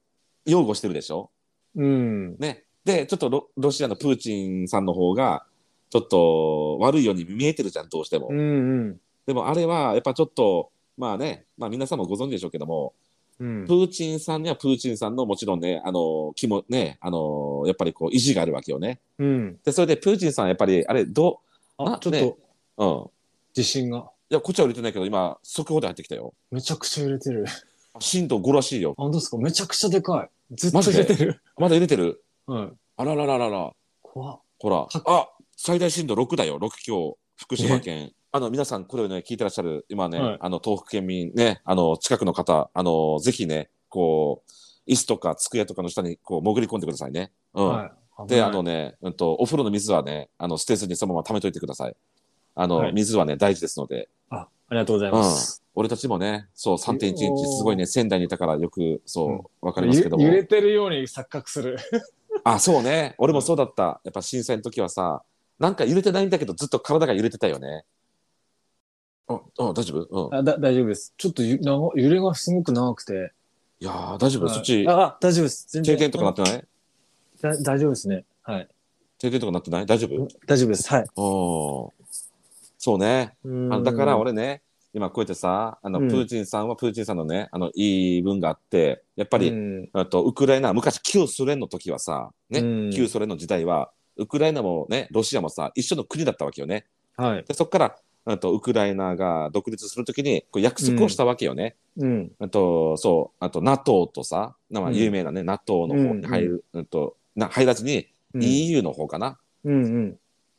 Speaker 2: ー擁護してるでしょ
Speaker 1: うん。
Speaker 2: ね。で、ちょっとロロシアのプーチンさんの方が、ちょっと悪いように見えてるじゃん、どうしても。
Speaker 1: うん。
Speaker 2: でもあれは、やっぱちょっと、まあね、まあ皆さんもご存知でしょうけども、
Speaker 1: うん
Speaker 2: プ。ーチンさんにはプーチンさんのもちろんね、あの、気もね、あの、やっぱりこう、意地があるわけよね。
Speaker 1: うん。
Speaker 2: で、それでプーチンさんはやっぱり、あれ、ど
Speaker 1: あ
Speaker 2: な、
Speaker 1: ちょっ
Speaker 2: ね
Speaker 1: と
Speaker 2: う、うん。
Speaker 1: 自信が
Speaker 2: いや、こっちは売れてないけど、今、速報で入ってきたよ。
Speaker 1: めちゃくちゃ揺れてる。
Speaker 2: 震度5らしいよ。
Speaker 1: あ、どうですかめちゃくちゃでかい。ずっと
Speaker 2: マジ
Speaker 1: 揺
Speaker 2: で
Speaker 1: れて る。
Speaker 2: まだ入れてる
Speaker 1: はい。
Speaker 2: あららららら。
Speaker 1: 怖っ
Speaker 2: ほら
Speaker 1: か。
Speaker 2: あ、最大震度6だよ。6強、福島県。あの、皆さん、これをね、聞いてらっしゃる、今ね、
Speaker 1: はい
Speaker 2: あの、東北県民ね、あの、近くの方、あの、ぜひね、こう、椅子とか机とかの下に、こう、潜り込んでくださいね。うん。
Speaker 1: はい。
Speaker 2: で、
Speaker 1: 危ない
Speaker 2: あの、ね、うんと、お風呂の水はね、あの、捨てずにそのまま溜めといてください。あの、
Speaker 1: はい
Speaker 2: 水はね、大事ですので。
Speaker 1: あ、ありがとうございます。
Speaker 2: 俺たちもね、そう、3.1日、すごいね、仙台にいたからよく、そう、わかります
Speaker 1: ゆ
Speaker 2: けど
Speaker 1: 揺
Speaker 2: も
Speaker 1: れ。てるように錯覚する。
Speaker 2: あ、そうね。俺もそうだった。やっぱ震災の時はさ、なんか揺れてないんだけど、ずっと体が揺れてたよね。あ、あ大丈夫うん。
Speaker 1: あだ大丈夫です。ちょっとゆ長揺れがすごく長くて。
Speaker 2: いやー、大丈夫
Speaker 1: はい
Speaker 2: そっち、
Speaker 1: あ、大丈夫です。全
Speaker 2: 停電とかなってない
Speaker 1: だ大丈夫ですね。はい。
Speaker 2: 停電とかなってない大丈夫
Speaker 1: 大丈夫です。はい。
Speaker 2: おーそうね。あのだから俺ね、今こうやってさ、あの、
Speaker 1: うん
Speaker 2: プーチンさんはプーチンさんのね、あの、いい文があって、やっぱ
Speaker 1: ぱ
Speaker 2: り、あと、ウクライナ、昔、旧ソ連の時はさ、ね、
Speaker 1: うん
Speaker 2: 旧ソ連の時代は、ウクライナもね、ロシアもさ、一緒の国だったわけよね。
Speaker 1: はい。
Speaker 2: で、そこから、あと、ウクライナが独立するときに、こう約束をしたわけよね。
Speaker 1: うん。
Speaker 2: あと、そう、あと、NATO とさ、ま
Speaker 1: う
Speaker 2: あ、
Speaker 1: ん
Speaker 2: 有名なね、NATO の方に入る、うんと、な、入らずに、
Speaker 1: うん
Speaker 2: EU の方かな。
Speaker 1: うんうん。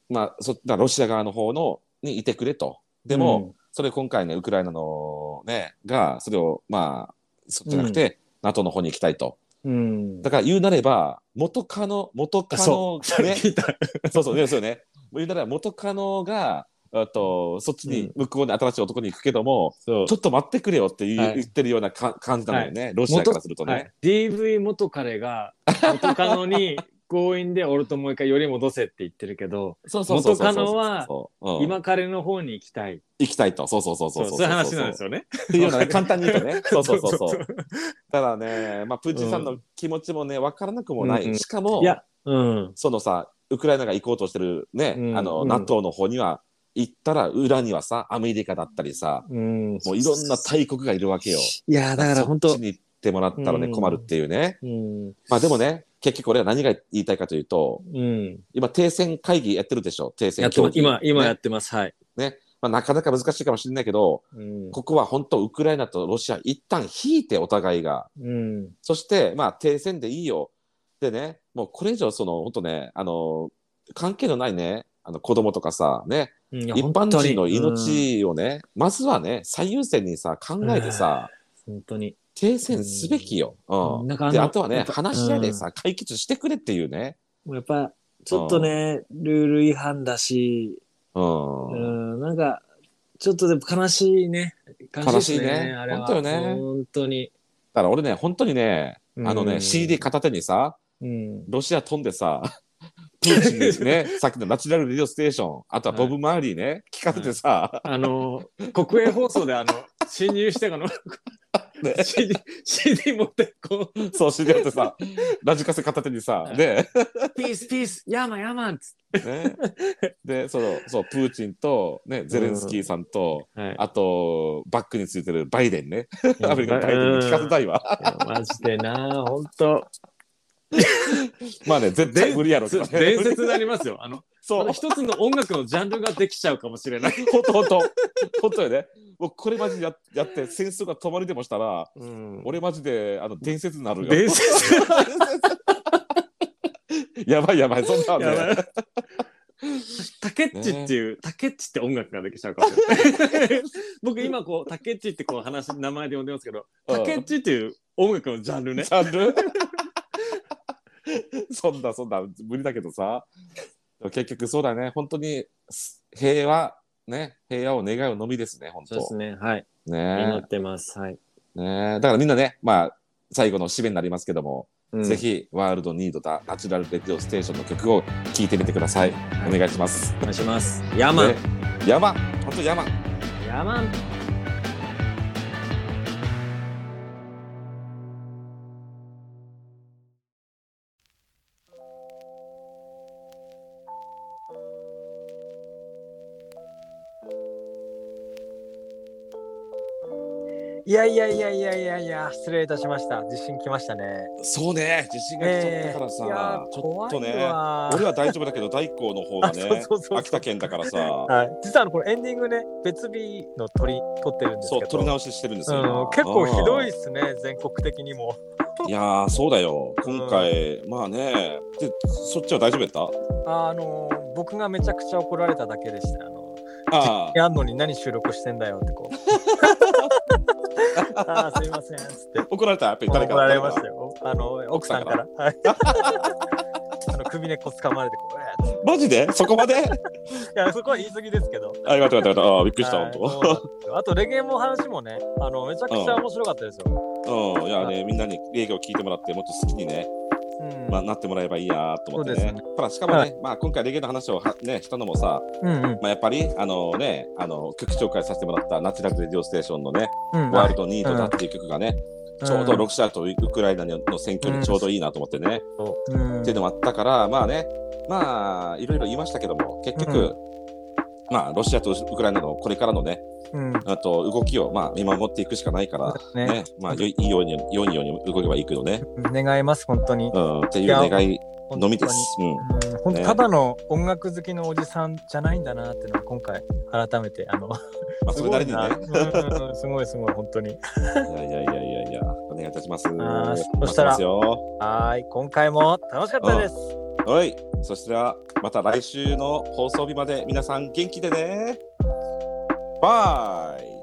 Speaker 2: まあ、そ、だからロシア側の方の、にいてくれと。でも、それ今回ね、ウクライナのね、が、それを、まあ、そっちじゃなくて、NATO の方に行きたいと。
Speaker 1: うん、
Speaker 2: だから言うなれば、元カノ、元カノ
Speaker 1: そ、う、
Speaker 2: ね、
Speaker 1: 聞いた。
Speaker 2: そうそう、ですよね。言うなれば、元カノが、あと、そっちに、向こうに新しい男に行くけども、
Speaker 1: そう
Speaker 2: ちょっと待ってくれよって言,、
Speaker 1: はい
Speaker 2: 言ってるようなか感じなのよね、ロシアからするとね。
Speaker 1: はい、DV 元彼が元カノに強引で俺ともう一回より戻せって言ってるけど、
Speaker 2: そうそうそうそうそう。
Speaker 1: 元カノは
Speaker 2: そううん
Speaker 1: 今彼の方に行きたい。
Speaker 2: 行きたいと。そうそうそう
Speaker 1: そ
Speaker 2: そう
Speaker 1: そ
Speaker 2: う
Speaker 1: ういう話なんですよね。
Speaker 2: っていうようなね、簡単に言うとね。そうそうそうそう。
Speaker 1: う。
Speaker 2: ただね、まあ、プーチンさんの気持ちもね、わからなくもない。
Speaker 1: うんうん
Speaker 2: しかも、
Speaker 1: いや、うん。
Speaker 2: そのさ、ウクライナが行こうとしてるね、
Speaker 1: うん
Speaker 2: あの、
Speaker 1: うん
Speaker 2: NATO の方には行ったら、裏にはさ、アメリカだったりさ、
Speaker 1: うん、
Speaker 2: もういろんな大国がいるわけよ。
Speaker 1: いや、だから本当
Speaker 2: そっち、に行ってもらったらね、
Speaker 1: うん
Speaker 2: 困るっていうね。
Speaker 1: うん、
Speaker 2: まあでもね、結局俺は何が言いたいかというと、
Speaker 1: うん。
Speaker 2: 今、停戦会議やってるでしょ、停
Speaker 1: や
Speaker 2: 戦
Speaker 1: ってま
Speaker 2: 協
Speaker 1: す
Speaker 2: 議。
Speaker 1: 今、今
Speaker 2: ね
Speaker 1: やってます。はい。
Speaker 2: まあ、なかなか難しいかもしれないけど、
Speaker 1: うん。
Speaker 2: ここは本当、ウクライナとロシア、一旦引いて、お互いが。
Speaker 1: うん。
Speaker 2: そして、まあ、停戦でいいよ。でね、もうこれ以上、その、本当ね、あの、関係のないね、あの子供とかさ、ね、
Speaker 1: 一
Speaker 2: 一般人の、命をね、まずはね、最優先にさ、考えてさ、
Speaker 1: うん本当に。
Speaker 2: 停戦すべきよ。
Speaker 1: ん
Speaker 2: うん。
Speaker 1: なんかあの
Speaker 2: で、あとは
Speaker 1: や
Speaker 2: ね、
Speaker 1: っぱ
Speaker 2: 話し合いでさ、解決してくれっていうね。
Speaker 1: もうやっぱ、ちょっとね、ルール違反だし、
Speaker 2: うん。
Speaker 1: うん、なんか、ちょっとでも悲しいね。
Speaker 2: 悲しいね
Speaker 1: あれは
Speaker 2: 本当よね
Speaker 1: 本当に。
Speaker 2: だから俺ね、本当にね、あの
Speaker 1: う
Speaker 2: ね、
Speaker 1: ん
Speaker 2: CD 片手にさ、
Speaker 1: うん。
Speaker 2: ロシア飛んでさ、 プーチンですね、 さっきのナチュラルレディオステーション、あとはボブ・マーリーね、聞かせてさ、
Speaker 1: あの、国営放送であの、 侵入してこの
Speaker 2: ね
Speaker 1: CD, CD 持ってこう
Speaker 2: そう、知り合っ てさ、ラジカセ片手にさ、で、
Speaker 1: 「ピースピースヤーマンヤーマン」っつっ
Speaker 2: ね、で、その、そう、プーチンと、ね、ゼレンスキーさんと、
Speaker 1: て、はい
Speaker 2: あと、バックについてるバイデンね。
Speaker 1: うん
Speaker 2: アメリカのバイデンに聞かせたいわ。
Speaker 1: いやマジでな本当
Speaker 2: まあね、絶対無理やろうけどね
Speaker 1: 伝説になりますよあの
Speaker 2: そ
Speaker 1: あ
Speaker 2: う
Speaker 1: の、一つの音楽のジャンルができちゃうかもしれない、
Speaker 2: ほんとほんと。ほんとよね。もうこれマジでややって、戦争が止まりでもしたら、俺マジで、あの、伝説になるよ。
Speaker 1: 伝説
Speaker 2: やばいやばい、そんなのね
Speaker 1: やば いタケッチっていう、タケッチって音楽ができちゃうかもしれ ない僕今こうタケッチってこう話名前で呼んでますけど
Speaker 2: うん
Speaker 1: タケッチっていう音楽のジャンルね
Speaker 2: ジャンルそんなそんな無理だけどさでも結局そうだね本当にす平和ね平和を願うのみですね本当
Speaker 1: ねはい
Speaker 2: ね
Speaker 1: ってますはい、
Speaker 2: ねだからみんなねまあ最後の締めになりますけども、ぜひワールドニードだナチュラルレディオステーションの曲を聴いてみてくださいお願いします、
Speaker 1: お願いしますヤーマン、
Speaker 2: ね山本当山
Speaker 1: ヤーマン
Speaker 3: いやいやいやいやいやいや、失礼いたしました。地震来ましたね。
Speaker 2: そうね地震が来ちゃったからさ、
Speaker 3: いや
Speaker 2: ちょっとね
Speaker 3: 怖いわ
Speaker 2: 俺は大丈夫だけど大光の方がね
Speaker 3: あそうそうそうそう
Speaker 2: 秋田県 だからさ
Speaker 3: はい、実はあのこれエンディングね、別日の鳥撮ってるんです
Speaker 2: そ
Speaker 3: けど。
Speaker 2: う撮り直ししてるんですよ、
Speaker 3: うん、結構ひどいですね、全国的にも。
Speaker 2: いやーそうだよ今回、まあねでそっちは大丈夫やった
Speaker 3: あの僕がめちゃくちゃ怒られただけでした。あの
Speaker 2: ああ
Speaker 3: やんのに何収録してんだよってこ う。あーすいませんっつって。
Speaker 2: 怒られたやっぱり誰か
Speaker 3: 怒られましたよ。あの奥さんから。はい。 あの首根っこ掴まれてこう。えーっつっ
Speaker 2: マジでそこまで
Speaker 3: ていやそこは言い過ぎですけど。
Speaker 2: あよかったよかったよかったあーびっくりした、
Speaker 3: はい
Speaker 2: 本
Speaker 3: そうなんですよあとレゲエも話もね、あのめちゃくちゃ面白かったですよ。
Speaker 2: 当うんいやねみんなに礼儀を聞いてもらってもっと好きにね、
Speaker 3: うん
Speaker 2: まあ、なってもらえばいいやーと思っ
Speaker 3: そう
Speaker 2: てね
Speaker 3: ですね
Speaker 2: ほらしかもね、
Speaker 3: は
Speaker 2: まあ今回レゲエの話をはねしたのもさ、
Speaker 3: うんうん
Speaker 2: まあ、やっぱりあのねあの曲紹介させてもらったナチュラルレディオステーションのね、
Speaker 3: うん。
Speaker 2: ワールドニートだっていう曲がね、ちょうどロシアとウクライナの選挙にちょうどいいなと思ってね、
Speaker 3: うん
Speaker 2: っていうのもあったから、まあね、まあ、いろいろ言いましたけども、結局、
Speaker 3: う
Speaker 2: まあ、ロシアとウクライナのこれからのね、
Speaker 3: うん。
Speaker 2: あと動きを、まあ、見守っていくしかないから、ね、
Speaker 3: ね、
Speaker 2: まあ、よいいいように、よいように動けばいいけどね、
Speaker 3: 願います、本当に
Speaker 2: う。ん、っていう
Speaker 3: いや
Speaker 2: 願いのみです。うん。
Speaker 3: 本当に。うん本当、
Speaker 2: ね
Speaker 3: ただの音楽好きのおじさんじゃないんだなっていうのは今回改めてあの
Speaker 2: まあ、 それなりにね、
Speaker 3: うんうんうんすごいすごい本当に
Speaker 2: いやいやいやいやいや、お願いいたします。
Speaker 3: ー
Speaker 2: 待
Speaker 3: そし
Speaker 2: って
Speaker 3: たら
Speaker 2: ますよ。
Speaker 3: はーい今回も楽しかったです
Speaker 2: はい、そしたら、また来週の放送日まで皆さん元気でね。バイ